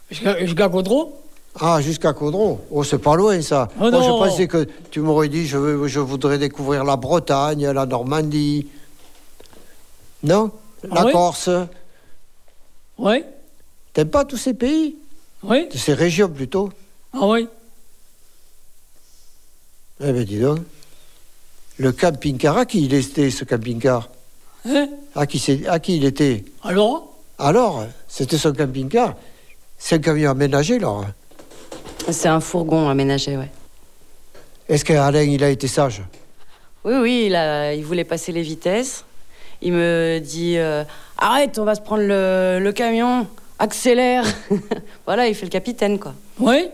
Jusqu'à jusqu'à Caudron
Ah, jusqu'à Caudron. Oh, c'est pas loin, ça.
Oh
Moi, je
non.
pensais que tu m'aurais dit je, veux- je voudrais découvrir la Bretagne, la Normandie. Non La
Ah oui
Corse.
Oui.
T'aimes pas tous ces pays
Oui.
Ces régions, plutôt
Ah oui.
Eh bien, dis donc. Le camping-car, à qui il était, ce camping-car
Hein
à qui, c'est- à qui il était
Alors
Alors, c'était son camping-car. C'est un camion aménagé, là. hein.
C'est un fourgon aménagé, ouais.
Est-ce qu'Alain, il a été sage
Oui, oui, il, a- il voulait passer les vitesses. Il me dit euh, Arrête, on va se prendre le, le camion, accélère. [LAUGHS] voilà, il fait le capitaine, quoi.
Oui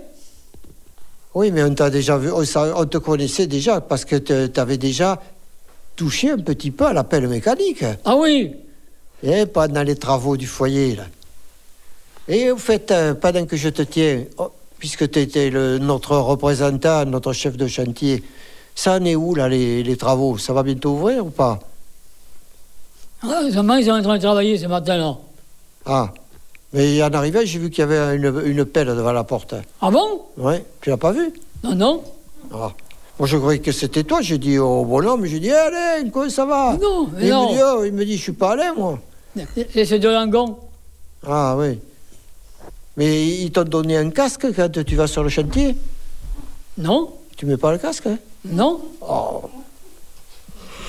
Oui, mais on t'a déjà vu, on, sa- on te connaissait déjà parce que tu avais déjà touché un petit peu à la pelle mécanique.
Ah oui
Et pendant les travaux du foyer, là. Et au fait, euh, pendant que je te tiens, oh, puisque tu étais le- notre représentant, notre chef de chantier, ça en est où, là, les, les travaux Ça va bientôt ouvrir ou pas
Ah, seulement, ils sont en train de travailler ce matin, là.
Ah, mais en arrivant, j'ai vu qu'il y avait une, une pelle devant la porte.
Ah bon
Oui, tu l'as pas vu
Non, non.
Ah. Moi, je croyais que c'était toi. J'ai dit au bonhomme, j'ai dit, Alain, quoi, ça va
Non, mais
il
non.
Me dit, oh, il me dit, je suis pas Alain, moi.
Et c'est de Langon.
Ah, oui. Mais ils t'ont donné un casque quand tu vas sur le chantier
Non.
Tu mets pas le casque hein
Non.
Oh.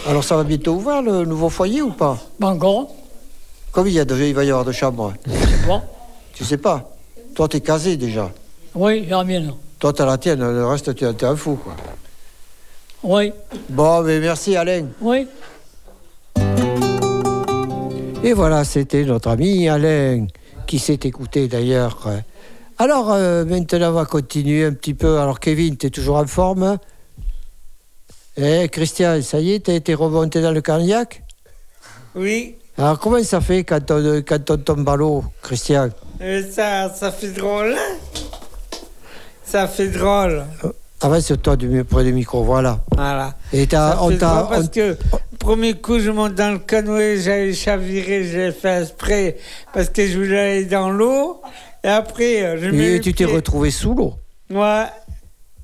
Alors, ça va bientôt ouvrir, le nouveau foyer, ou pas
Pas encore.
Combien il, y a de- il va y avoir de chambres
Bon.
Tu sais pas Toi, t'es casé, déjà.
Oui, j'ai la mienne.
Toi, t'as la tienne. Le reste, tu t'es un fou, quoi.
Oui.
Bon, mais merci, Alain.
Oui.
Et voilà, c'était notre ami Alain, qui s'est écouté d'ailleurs. Alors, euh, maintenant, on va continuer un petit peu. Alors, Kevin, tu es toujours en forme hein Eh, Christian, ça y est, tu été remonté dans le cognac
Oui,
Alors, comment ça fait quand on, euh, quand on tombe à l'eau, Christian
euh, ça, ça fait drôle. hein? Ça fait drôle.
Avance-toi du mieux près du micro, voilà.
Voilà.
Et t'as-
Ça
on
fait
t'a-
drôle parce
on-
que premier coup, je monte dans le canoë, j'avais chaviré, je l'ai fait exprès parce que je voulais aller dans l'eau. Et après, euh, je mets
Et
les
tu t'es
pieds.
retrouvé sous l'eau.
Ouais,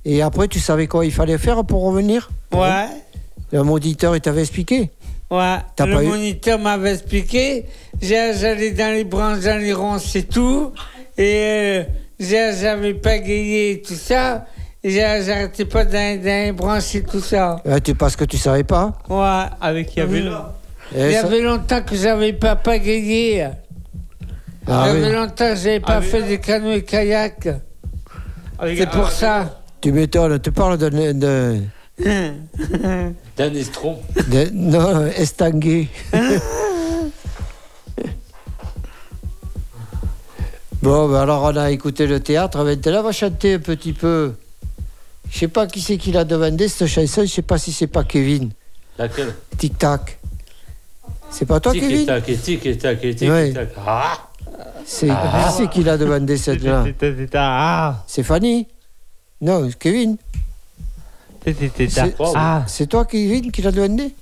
Et après, tu savais quoi il fallait faire pour revenir
ouais,
Le moniteur, il t'avait expliqué
ouais.
T'as
le
pas eu-
moniteur m'avait expliqué. J'ai- J'allais dans les branches, dans les ronds, c'est tout. Et euh, j'ai- j'avais pagayé et tout ça. Et j'ai- j'arrêtais pas dans, dans les branches et tout ça.
Euh, tu, Parce que tu savais pas
Ouais. Avec
Yabelo.
Il y avait longtemps que j'avais pas pagayé.
Ah
j'avais
oui.
longtemps que j'avais pas fait de canoë kayak. C'est pour ça.
Tu m'étonnes, tu parles de... de-
D'un estron.
de- non, estangué. bon, ben alors on a écouté le théâtre. Maintenant, on va chanter un petit peu. Je sais pas qui c'est qui l'a demandé, cette chanson. Je sais pas si c'est pas Kevin.
Laquelle
Tic-tac. C'est pas toi,
Tic et
Kevin
tac, et tic et tac, et tic
Ouais.
et tac. Ah
C'est
Ah.
qui c'est qui l'a demandé, celle-là C'est ah. Fanny Non, Kevin C'est- Ah.
Wow.
c'est- C'est toi, Kevin, qui l'a [LAUGHS] demandé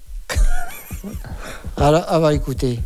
Alors, on va écouter.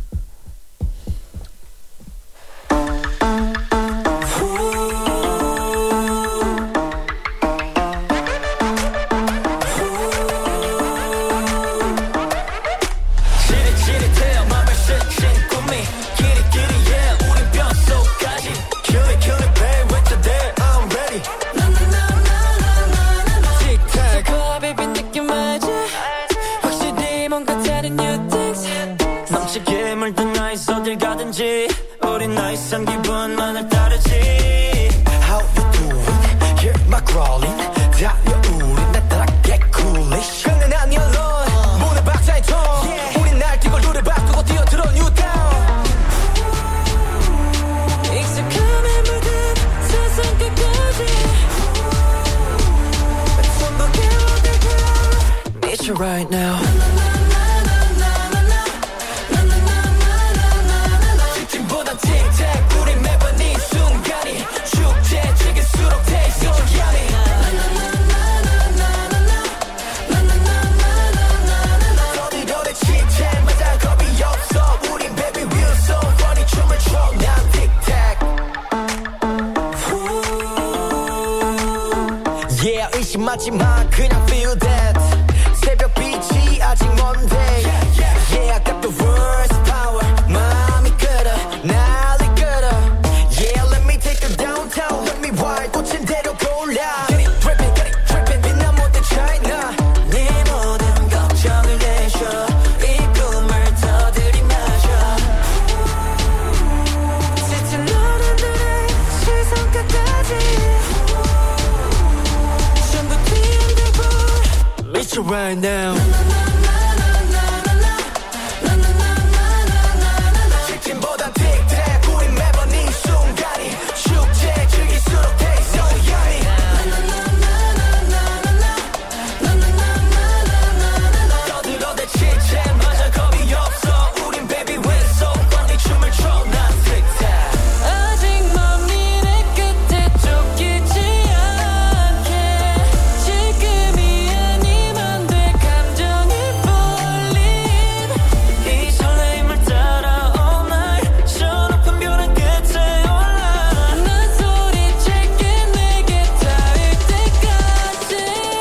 넘치게 물든 아이스 어딜 가든지 우린 나이스한 기분만을 따르지 How you doing? Hear my crawling 달려 우린 나 따라 get coolish 끝내난 연론 문을 박자에 통 우린 날뛰고 룰을 바꾸고 뛰어들어 new town 익숙함에 물 하지만 그냥 feel that 새벽빛이 아직 먼데 Yeah I got the worst power 마음이 끓어 날이 끓어 Yeah let me take you downtown Let me wild 꽂힌 대로 골라 Get it drip it get it drip it 빛나 못해 China 네 모든 걱정을 내줘 이 꿈을 터들이마셔 짙은 너른들의 시선 끝까지 전부 뒤흔들고 Meet you right now 치킨보단 틱택 우리 매번 이 순간이 축제 즐길수록 taste so yummy 떠들어 내 지체 맞아 겁이 없어 우린 baby we're so funny 춤을 춰난 틱택
아직 먼 미래 끝에 쫓기지 않게 지금이 아니면 될 감정이 풀린
이 설레임을 따라 all night 저 높은 벼랑 끝에 올라
난 소리칠게 내게 닿을 때까지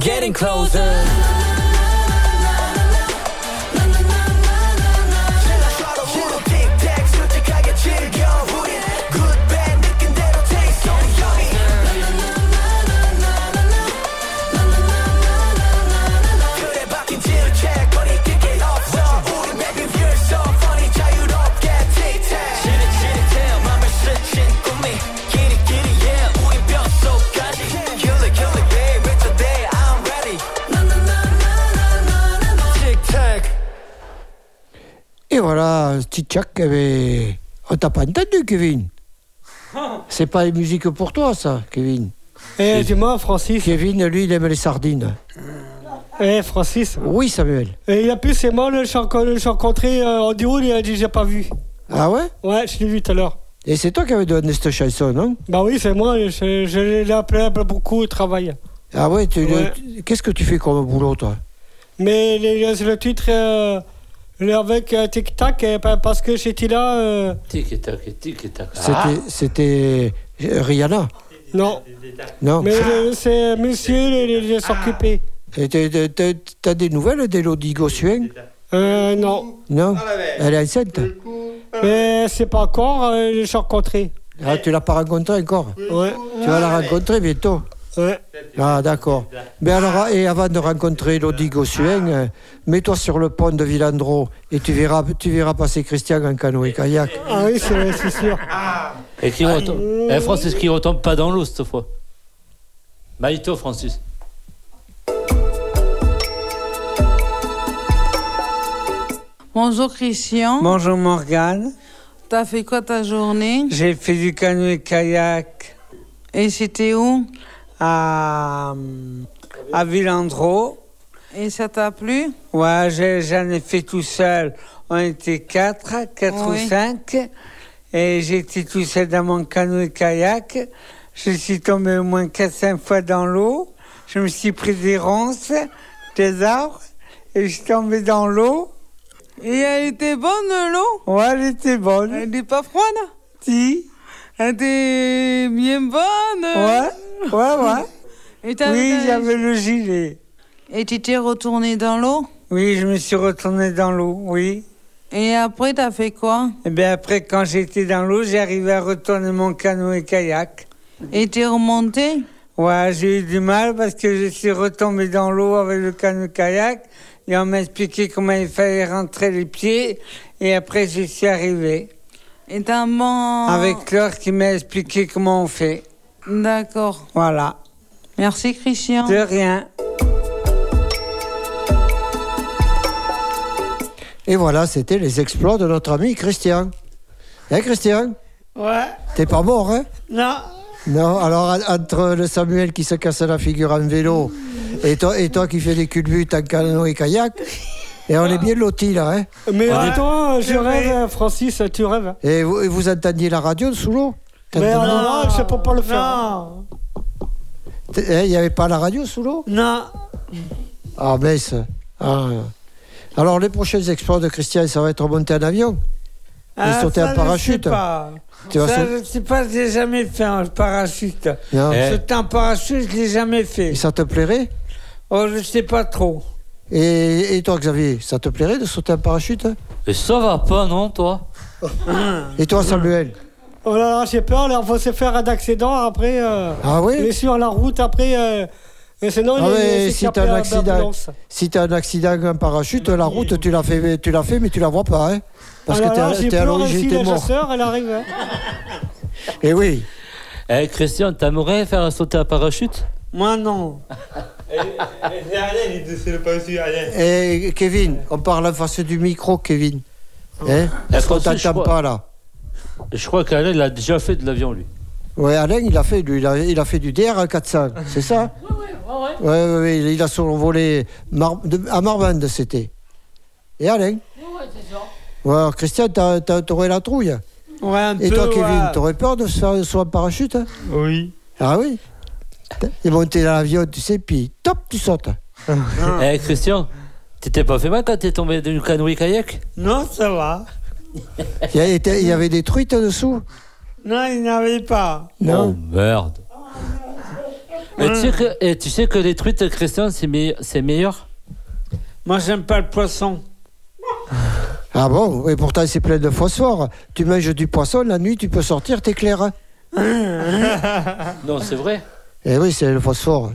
Getting closer Kill it, kill it, babe. It's a day. I'm ready. Tic-tac.
Et voilà, un petit tchac qui avait. Oh, t'as pas entendu, Kevin
Ah.
C'est pas une musique pour toi, ça, Kevin.
Eh, dis-moi, Francis.
Kevin, lui, il aime les sardines.
Eh, Francis.
Oui, Samuel.
Et il a pu, c'est moi, le j'ai renco- le- j'ai rencontré euh, en duo, il a dit j'ai pas vu.
Ah ouais
Ouais, je l'ai vu tout à l'heure.
Et c'est toi qui avais donné cette chanson, non
Bah oui, c'est moi, je, je l'ai appelé appelé beaucoup au travail.
Ah ouais, tu-
Ouais.
tu- qu'est-ce que tu fais comme boulot, toi
Mais les- les- le titre euh, le- avec euh, Tic Tac, eh, pa- parce que j'étais là. euh,
Tic tac, tic tac.
C'était- C'était Rihanna.
Ah. non.
Non. Ah.
Mais le- c'est monsieur, il il- il s'est occupé.
Et t'es- t'es- t'es- T'as des nouvelles d'Elodie Gossuin
Euh, non.
Non Elle est enceinte
Mais c'est pas encore, euh, je l'ai rencontré.
ah, Tu l'as pas rencontrée encore
Ouais.
Tu vas la rencontrer bientôt
Ouais.
Ah, d'accord. Mais alors, ah, et avant de rencontrer Elodie Gossuin, euh, mets-toi sur le pont de Villandreau et tu verras, tu verras passer Christian en canoë-kayak.
Ah oui, c'est c'est
[LAUGHS]
sûr.
Et qui retombe. Eh, Francis, qui retombe pas dans l'eau cette fois. Maïto, Francis.
Bonjour Christian.
Bonjour Morgane.
T'as fait quoi ta journée
J'ai fait du canoë-kayak.
Et c'était où
À, à Villandreau.
Et ça t'a plu
Ouais, j'ai- j'en ai fait tout seul. On était quatre, quatre
Oui.
ou cinq. Et j'étais tout seul dans mon canoë-kayak. Je suis tombé au moins quatre, cinq fois dans l'eau. Je me suis pris des ronces, des arbres. Et je suis tombé dans l'eau.
Et elle était bonne l'eau
Ouais, elle était bonne.
Elle n'est pas froide
Si.
Elle était bien bonne
Ouais, ouais, ouais.
Et t'as-
oui,
t'as-
j'avais le gilet.
Et tu t'es retourné dans l'eau
Oui, je me suis retourné dans l'eau, oui.
Et après, t'as fait quoi
Et bien après, quand j'étais dans l'eau, j'arrivais à retourner mon canoë-kayak.
Et t'es remonté
Ouais, j'ai eu du mal parce que je suis retombé dans l'eau avec le canoë-kayak. Et on m'a expliqué comment il fallait rentrer les pieds. Et après, je suis arrivé.
Et t'as un bon...
Avec Laure qui m'a expliqué comment on fait.
D'accord.
Voilà.
Merci Christian.
De rien.
Et voilà, c'était les exploits de notre ami Christian. Hein, Christian
Ouais.
T'es pas mort, hein
Non.
Non, alors en- entre le Samuel qui se casse la figure en vélo et toi, et toi qui fais des culbutes en canoë et kayak, et on est bien lotis là, hein
Mais attends, je rêve, Francis, tu rêves. hein
Et vous, et vous entendiez la radio sous l'eau Quand-
Mais alors là, je peux pas le faire.
Eh, Il n'y avait pas la radio sous l'eau
Non.
Ah, baisse. Ah. Alors, les prochains exploits de Christian, ça va être remonter en avion
Ah,
Et sauter
ça,
en
je sais
parachute
pas.
Tu vas
ça,
sauter-
je ne sais pas, j'ai jamais fait un parachute.
Non. Eh.
Sauter en parachute, je l'ai jamais fait.
Et ça te plairait
Oh, je sais pas trop.
Et, et toi, Xavier, ça te plairait de sauter en parachute
Mais ça va pas, non, toi
Et toi, Samuel
[LAUGHS] Oh là là, j'ai peur, là, on va se faire d'accident après. euh,
Ah oui
On est sur la route après. euh, mais sinon,
Ah
il est- il
ouais,
est
si
capé
t'as un
à
accident,
l'ambulance.
si t'as un accident, un parachute, la route tu l'as fait, tu l'as fait, mais tu la vois pas, hein Parce
Ah là là,
que
j'ai
t'es- t'es à
peur,
l'origine,
si
t'es
la
mort.
chasseur, elle arrive.
[LAUGHS]
hein.
Et oui.
Eh, Christian, t'aimerais faire un sauter à parachute
Moi, non.
C'est Alain, il- c'est le pas aussi Alain.
Et Eh, Kevin, on parle en face du micro, Kevin. Hein Parce qu'on
Eh, Francis, je
t'entend
crois-
pas là.
Je crois qu'Alain, il a déjà fait de l'avion, lui.
Ouais, Alain, il a fait, lui, il a, il a fait du DR 400, c'est ça Ouais, ouais, ouais, il- il a survolé Mar- de- à Marvande, c'était. Et Alain Ouais, alors, Christian, t'as- t'as- t'aurais la trouille.
Ouais, un
Et
peu,
toi, Kevin,
ouais.
t'aurais peur de se faire sur un parachute hein
Oui.
Ah oui Il est monté dans l'avion, tu sais, puis top, tu [LAUGHS] sautes.
Ah.
Eh, Christian, t'étais pas fait mal quand t'es tombé du canoë-kayak
Non, ça va.
Il y, a- il y avait des truites dessous
Non, il n'y avait pas.
Non.
Merde. Et tu, sais que, et tu sais que les truites, Christian, c'est meille- c'est meilleur
Moi, j'aime pas le poisson.
Ah bon Et pourtant, c'est plein de phosphore. Tu manges du poisson, la nuit, tu peux sortir, t'es clair. hein
[LAUGHS]
Non, c'est vrai.
Eh oui, c'est le phosphore.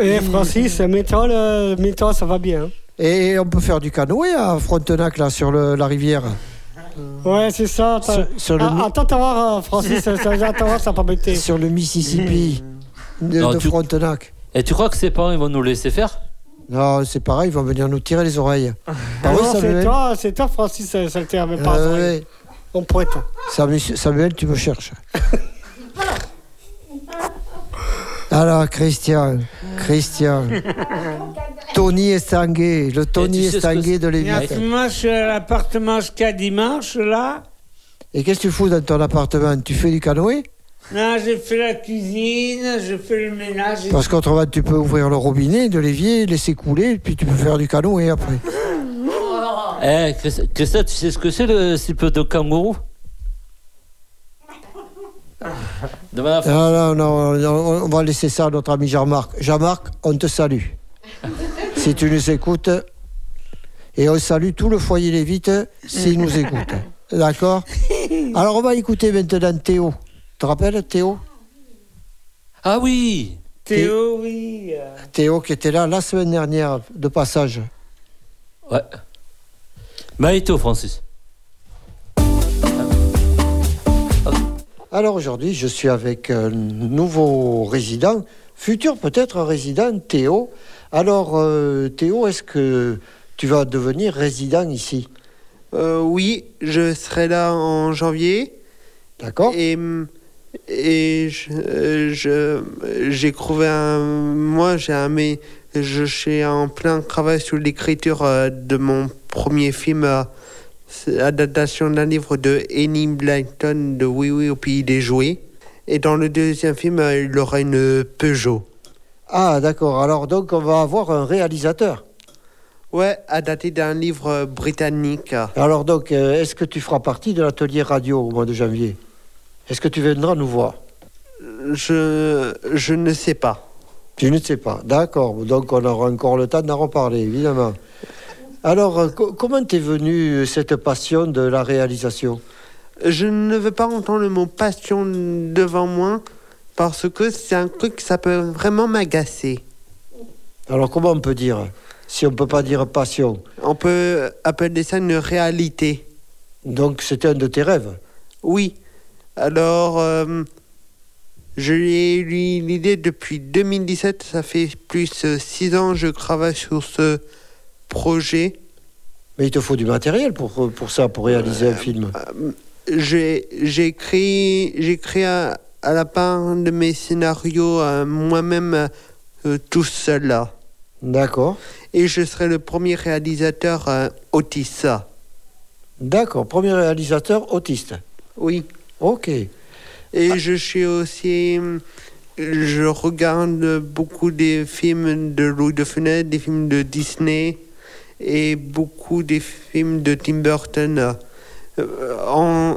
Et Francis, mets-toi, le- mets-toi, euh, ça va bien.
Et on peut faire du canoë à Frontenac, là, sur le- la rivière.
Ouais, c'est ça. t'as-
Sur- sur le
Ah,
mi-
attends, t'as voir, euh,
[LAUGHS]
Francis, ça, ça- attends, voir, ça va péter.
Sur le Mississippi, de,
Non,
de
tu-
Frontenac.
Et tu crois que ses parents, ils vont nous laisser faire
Non, c'est pareil, ils vont venir nous tirer les
[LAUGHS]
oreilles. Ah oui,
Non, c'est
Samuel
toi, c'est toi, Francis, euh, ça, ça le tient, mais pas
Ah
ça.
ouais.
On prête.
Samu- Samuel, tu
[LAUGHS]
me cherches. Alors, Christian,
[LAUGHS]
Christian, Tony Estanguet, le Tony
Et tu sais ce que
Estanguet
c'est-
de Lévis.
Moi, je suis à l'appartement jusqu'à dimanche, là.
Et qu'est-ce que tu fous dans ton appartement Tu fais du canoë
Là, j'ai fait la cuisine, je fais le ménage. et
Parce qu'autrement, tu peux ouvrir le robinet de l'évier, laisser couler, puis tu peux faire du canoë après.
Eh, Christian, Christian, tu sais ce que c'est le slip de kangourou Demande à
Non,
Fran-
non, non, non, on va laisser ça à notre ami Jean-Marc. Jean-Marc, on
[LAUGHS]
te salue. si tu nous écoutes, et on salue tout le foyer Lévite s'il nous écoute.
[LAUGHS]
D'accord Alors, on va écouter maintenant Théo. Tu te rappelles, Théo
Ah oui
Théo, oui. euh,
Théo qui était là la semaine dernière, de passage.
Ouais. Maïto, Francis.
Alors aujourd'hui, je suis avec un nouveau résident, futur peut-être résident, Théo. Alors euh, Théo, est-ce que tu vas devenir résident ici
Euh, oui, je serai là en janvier.
D'accord.
Et, hum, et je- euh, je- j'ai trouvé un. Moi, j'ai un. Mais je suis en plein travail sur l'écriture euh, de mon premier film, euh, c'est adaptation d'un livre de Annie Blyton de Oui, oui, au pays des jouets. Et dans le deuxième film, euh, il aura une Peugeot.
Ah d'accord, alors donc on va avoir un réalisateur.
Ouais, adapté d'un livre euh, britannique.
Alors donc, euh, est-ce que tu feras partie de l'atelier radio au mois de janvier Est-ce que tu viendras nous voir
Euh, Je, je ne sais pas.
Tu ne sais pas, d'accord. Donc on aura encore le temps d'en reparler, évidemment. Alors, euh, co- comment t'es venue euh, cette passion de la réalisation
Je ne veux pas entendre le mot passion devant moi parce que c'est un truc ça peut vraiment m'agacer.
Alors comment on peut dire Si on ne peut pas dire passion.
On peut appeler ça une réalité.
Donc c'était un de tes rêves
Oui. Alors, euh, je l'ai eu l'idée depuis 2017. Ça fait plus de six ans que je travaille sur ce projet.
Mais il te faut du matériel pour, pour ça, pour réaliser
Euh,
un film.
J'ai j'ai écrit, j'ai écrit à, à la part de mes scénarios euh, moi-même euh, tout seul.
D'accord.
Et je serai le premier réalisateur euh, autiste.
D'accord, premier réalisateur autiste.
Oui.
Ok. Ah.
Et je suis aussi hum, je regarde beaucoup des films de Louis de Funès, des films de Disney et beaucoup des films de Tim Burton. Euh, En,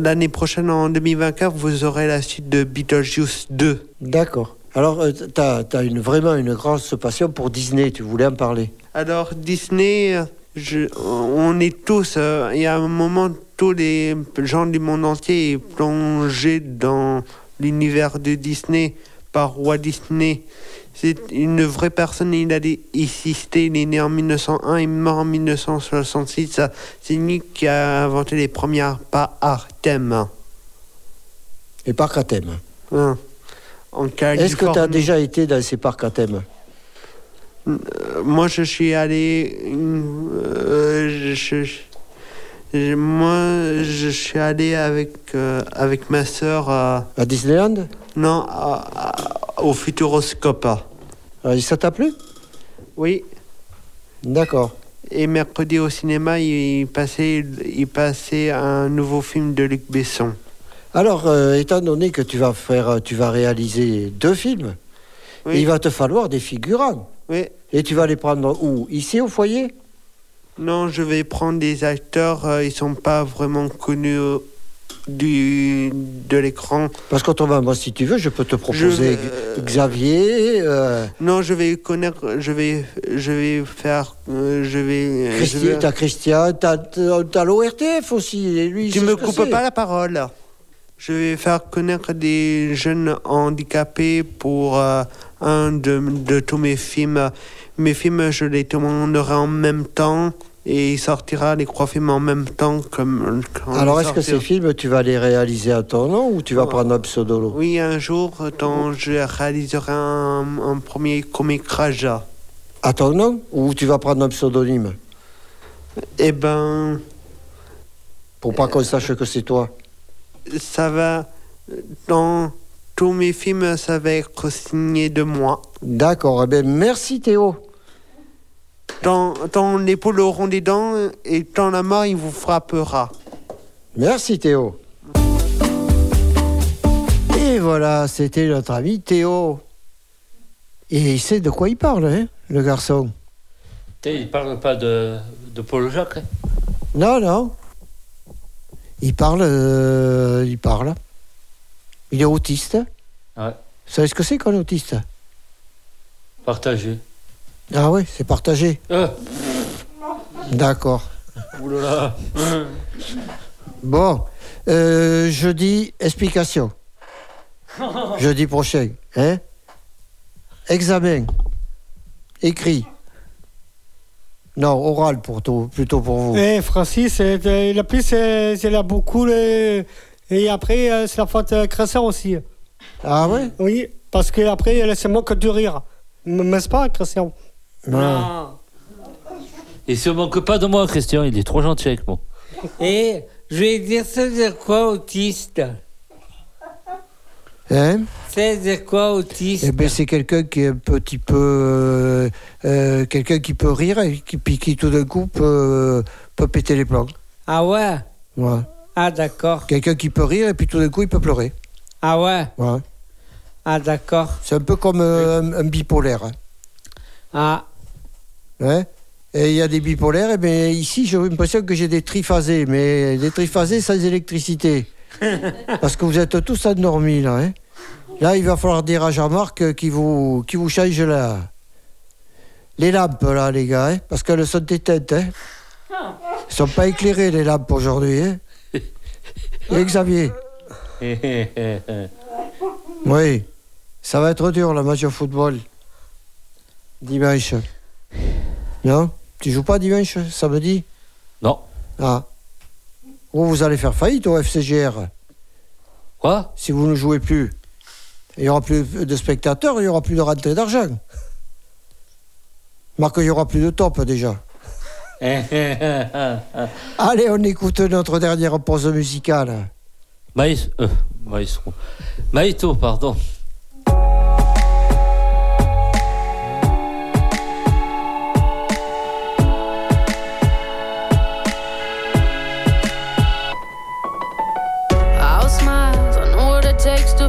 l'année prochaine, en 2024, vous aurez la suite de Beetlejuice 2.
D'accord. Alors, euh, t'as as une, vraiment une grosse passion pour Disney, tu voulais en parler.
Alors Disney, euh, je- on est tous, euh, il y a un moment, tous les gens du monde entier sont plongés dans l'univers de Disney par Walt Disney. C'est une vraie personne, il a dé- existé, il est né en 1901, il est mort en 1966. C'est lui qui a inventé les premières pas à thème.
Et parcs à thème.
Hein. En
Est-ce que tu as
Californie.
déjà été dans ces parcs à thème
Euh, moi je suis allé euh, je, je- je- moi je suis allé avec euh, avec ma sœur
à Disneyland
non à- à- au Futuroscope
Et Euh, ça t'a plu
oui
d'accord
et mercredi au cinéma il, il passait il passait un nouveau film de Luc Besson
Alors, euh, étant donné que tu vas, faire, euh, tu vas réaliser deux films, il va te falloir des figurants.
Oui.
Et tu vas les prendre où Ici, au foyer
non je vais prendre des acteurs euh, ils sont pas vraiment connus euh, du de l'écran euh,
Parce qu'on va, moi, si tu veux, je peux te proposer G- Xavier, euh,
Non, je vais connaître, je vais, je vais faire, euh, je vais. euh, je
Christi-
vais-
t'as Christian, t'as, t'as- t'as l'ORTF aussi. Et lui, il
Tu
sait
me
ce que
coupes
c'est.
pas la parole. Je vais faire connaître des jeunes handicapés pour euh, un de, de tous mes films. Mes films, je les tournerai en même temps et il sortira les trois films en même temps comme. quand
Alors,
ils
est-ce que ces
sortiront.
films, tu vas les réaliser à ton nom ou tu
Oh.
vas prendre un pseudolo
Oui, un jour, quand je réaliserai un, un premier court-métrage.
À ton nom ou tu vas prendre un pseudonyme
Eh ben.
Pour pas qu'on sache que c'est toi.
ça va dans tous mes films, ça va être signé de moi.
D'accord, eh bien, merci Théo.
Dans, dans l'épaule au rond des dents et dans la main, il vous frappera.
Merci Théo. Et voilà, c'était notre ami Théo. Et il sait de quoi il parle, hein, le garçon.
Tu sais, il parle pas de, de Paul Jacques. hein.
Non, non. Il parle, euh, il parle. Il est autiste. Vous
Ouais,
savez ce que c'est qu'un autiste
partagé.
Ah oui, c'est partagé.
Euh,
D'accord.
oulala.
Bon, euh, jeudi, explication. Jeudi prochain, hein Examen. Écrit. Non, oral pour tout, plutôt pour vous.
Eh, Francis, c'est- euh, la plus, c'est c'est la beaucoup. le- Et après, euh, c'est la faute euh, Cressard aussi.
Ah ouais
Oui, parce euh, qu'après, elle se moque du rire. M- N'est-ce pas, Cressard
[LAUGHS] Non. Il se manque pas de moi, Christian. Il est trop gentil avec [LAUGHS] moi.
Et je vais dire ça de quoi autiste
Hein
C'est de quoi autiste
Eh ben, c'est quelqu'un qui est un petit peu. euh, euh, quelqu'un qui peut rire et qui, puis qui tout d'un coup peut, peut péter les plans.
Ah ouais
Ouais.
Ah d'accord.
Quelqu'un qui peut rire et puis tout d'un coup il peut pleurer.
Ah ouais
Ouais.
Ah d'accord.
C'est un peu comme euh, un, un bipolaire. hein.
Ah.
Ouais. Et il y a des bipolaires, et bien ici j'ai l'impression que j'ai des triphasés, mais des triphasés
[LAUGHS]
sans électricité. Parce que vous êtes tous endormis là. hein. Là, il va falloir dire à Jean-Marc euh, qu'il vous, qu'il vous change la... les lampes là, les gars, hein, parce qu'elles sont éteintes. Hein. Elles sont pas éclairées les lampes aujourd'hui. Hein. Et Xavier Oui, ça va être dur le match au football. Dimanche. Non Tu joues pas dimanche, samedi
Non.
Ah. Ou vous allez faire faillite au FCGR.
Quoi
Si vous ne jouez plus. Il n'y aura plus de spectateurs, il n'y aura plus de rentrée d'argent. Marc, il n'y aura plus de top déjà. Allez, on écoute notre dernière pause musicale.
Maïs, euh, maestro. Maïto, pardon.
I'll smile. I know what it takes to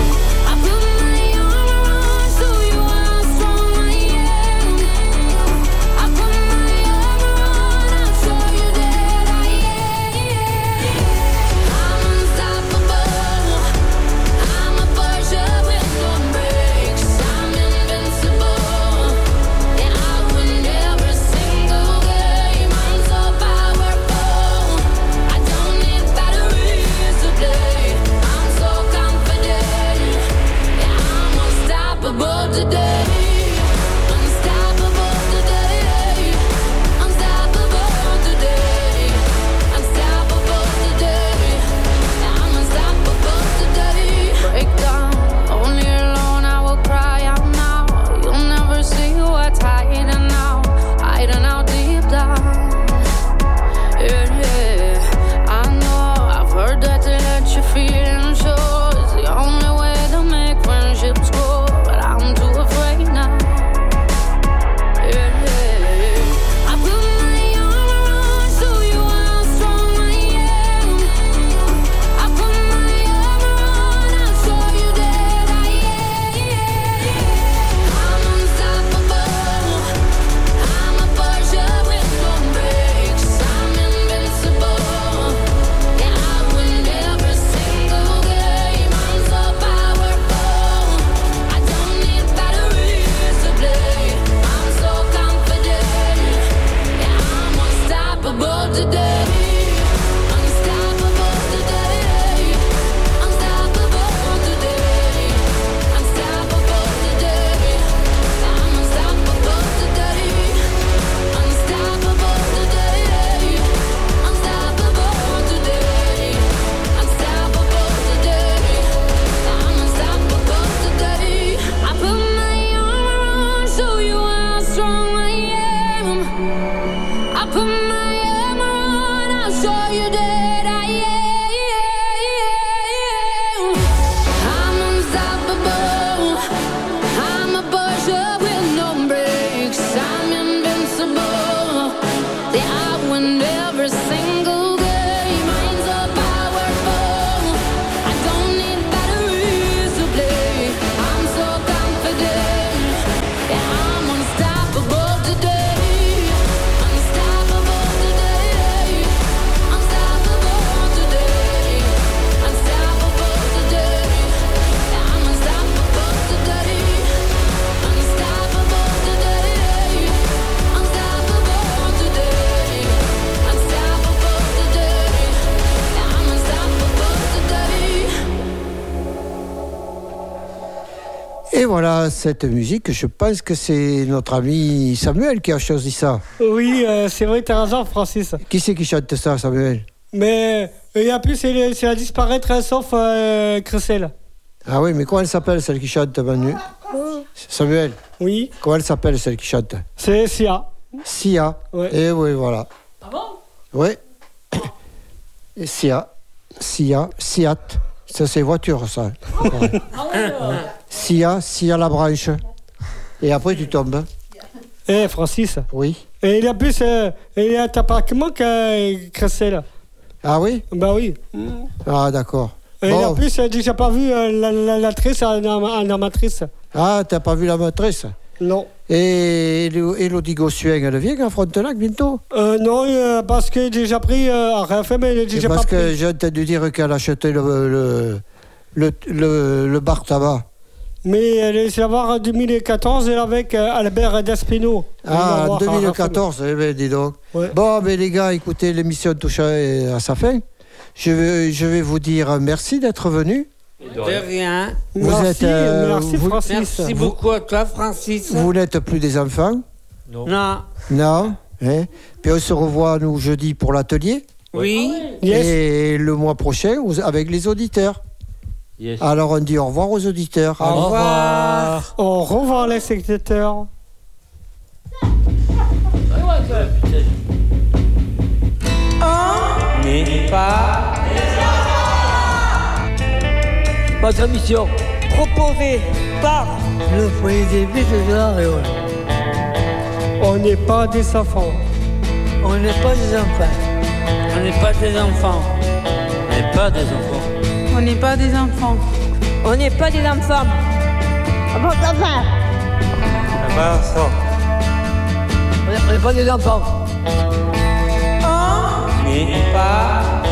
I put my armor on so you are strong, I am. I put my armor on, I'll show you that I am. I'm unstoppable. I'm a virgin with no brakes. I'm invincible. And I win every single game. I'm so powerful. I don't need batteries to play. I'm so confident. Yeah, I'm unstoppable today. Unstoppable today. Unstoppable today. Unstoppable today. I'm unstoppable today. Break down, only alone I will cry out now. You'll never see what's hiding now, hiding out deep down. Yeah, yeah. I know I've heard that they let you feel and show. It's the only way to make friendships grow, but I'm too afraid now. Yeah, yeah. I put my armor on, so you are strong. I am. I put my armor on, I'll show you that I am. I'm unstoppable. I'm a virgin with no brakes. I'm invincible. Yeah, I win every single game. I'm so powerful. I don't need batteries to play. I'm so confident. Yeah, I'm unstoppable today. Unstoppable today. Unstoppable today. Unstoppable today. I'm unstoppable today. Unstoppable today. Unstoppable today. Unstoppable today. I'm unstoppable today. I put my armor on, show you how strong I am. I put my armor on, I'll show you that I am. I'm unstoppable. I'm a buzzer with no brakes. I'm invincible. Yeah, I win every single game. I'm so powerful. I don't need batteries to play. I'm so confident. Yeah, I'm unstoppable today. Unstoppable today. Unstoppable today. Unstoppable today. Yeah, I'm unstoppable today.
Et voilà cette musique, je pense que c'est notre ami Samuel qui a choisi ça.
Oui, euh, c'est vrai, t'as raison, Francis.
Qui c'est qui chante ça, Samuel
Mais euh, et en plus, c'est le- c'est à disparaître, hein, sauf euh, Cressel.
Ah oui, mais comment elle s'appelle celle qui chante, Manu Samuel
Oui.
Comment elle s'appelle celle qui chante
C'est Sia.
Sia.
Ouais.
Et oui, voilà.
Ah bon
Oui. Et [COUGHS] Sia. Sia. Siat. Ça, c'est voiture, ça.
Ah
Ouais. Sia. Sia la branche. Et après, tu tombes.
Eh, Francis.
Oui.
Et il y a plus, euh, il y a t'as pas comment que Cressel.
Ah oui
Bah oui.
Ah, d'accord.
Et
Bon.
en plus, euh, j'ai pas vu euh, la, la, l'actrice en, en, en amatrice.
Ah, t'as pas vu la matrice
Non.
Et Élo- Élodie Gossuin, elle vient à Frontenac bientôt
Euh, non, euh, parce que j'ai déjà pris, euh, à rien fait, mais j'ai
C'est
déjà
Parce
pas
que
pris.
j'ai entendu dire qu'elle achetait le, le, le, le- le bar tabac.
Mais elle est euh, avoir en 2014 elle avec euh, Albert Despino.
Ah, en 2014, eh ben, dis donc. Bon, ben, les gars, écoutez, l'émission touche à, à sa fin. Je vais, je vais vous dire merci d'être venus.
De rien.
Vous êtes, euh, vous-
Merci
vous-
beaucoup à toi, Francis.
Vous n'êtes plus des enfants
Non.
Non hein Puis on se revoit, nous, jeudi pour l'atelier.
Oui.
Et le mois prochain, aux- avec les auditeurs.
Yes.
Alors, on dit au revoir aux auditeurs. Allez.
Au revoir, les sectateurs.
N'est pas
votre émission proposée par le foyer des Bêtes de la Réole. On n'est pas des enfants. On n'est pas des enfants.
On n'est pas des enfants. On n'est pas des enfants.
On n'est pas des enfants. On n'est pas des enfants. Ah
Bon, papa.
On n'est- on n'est pas des enfants.
On
N'est pas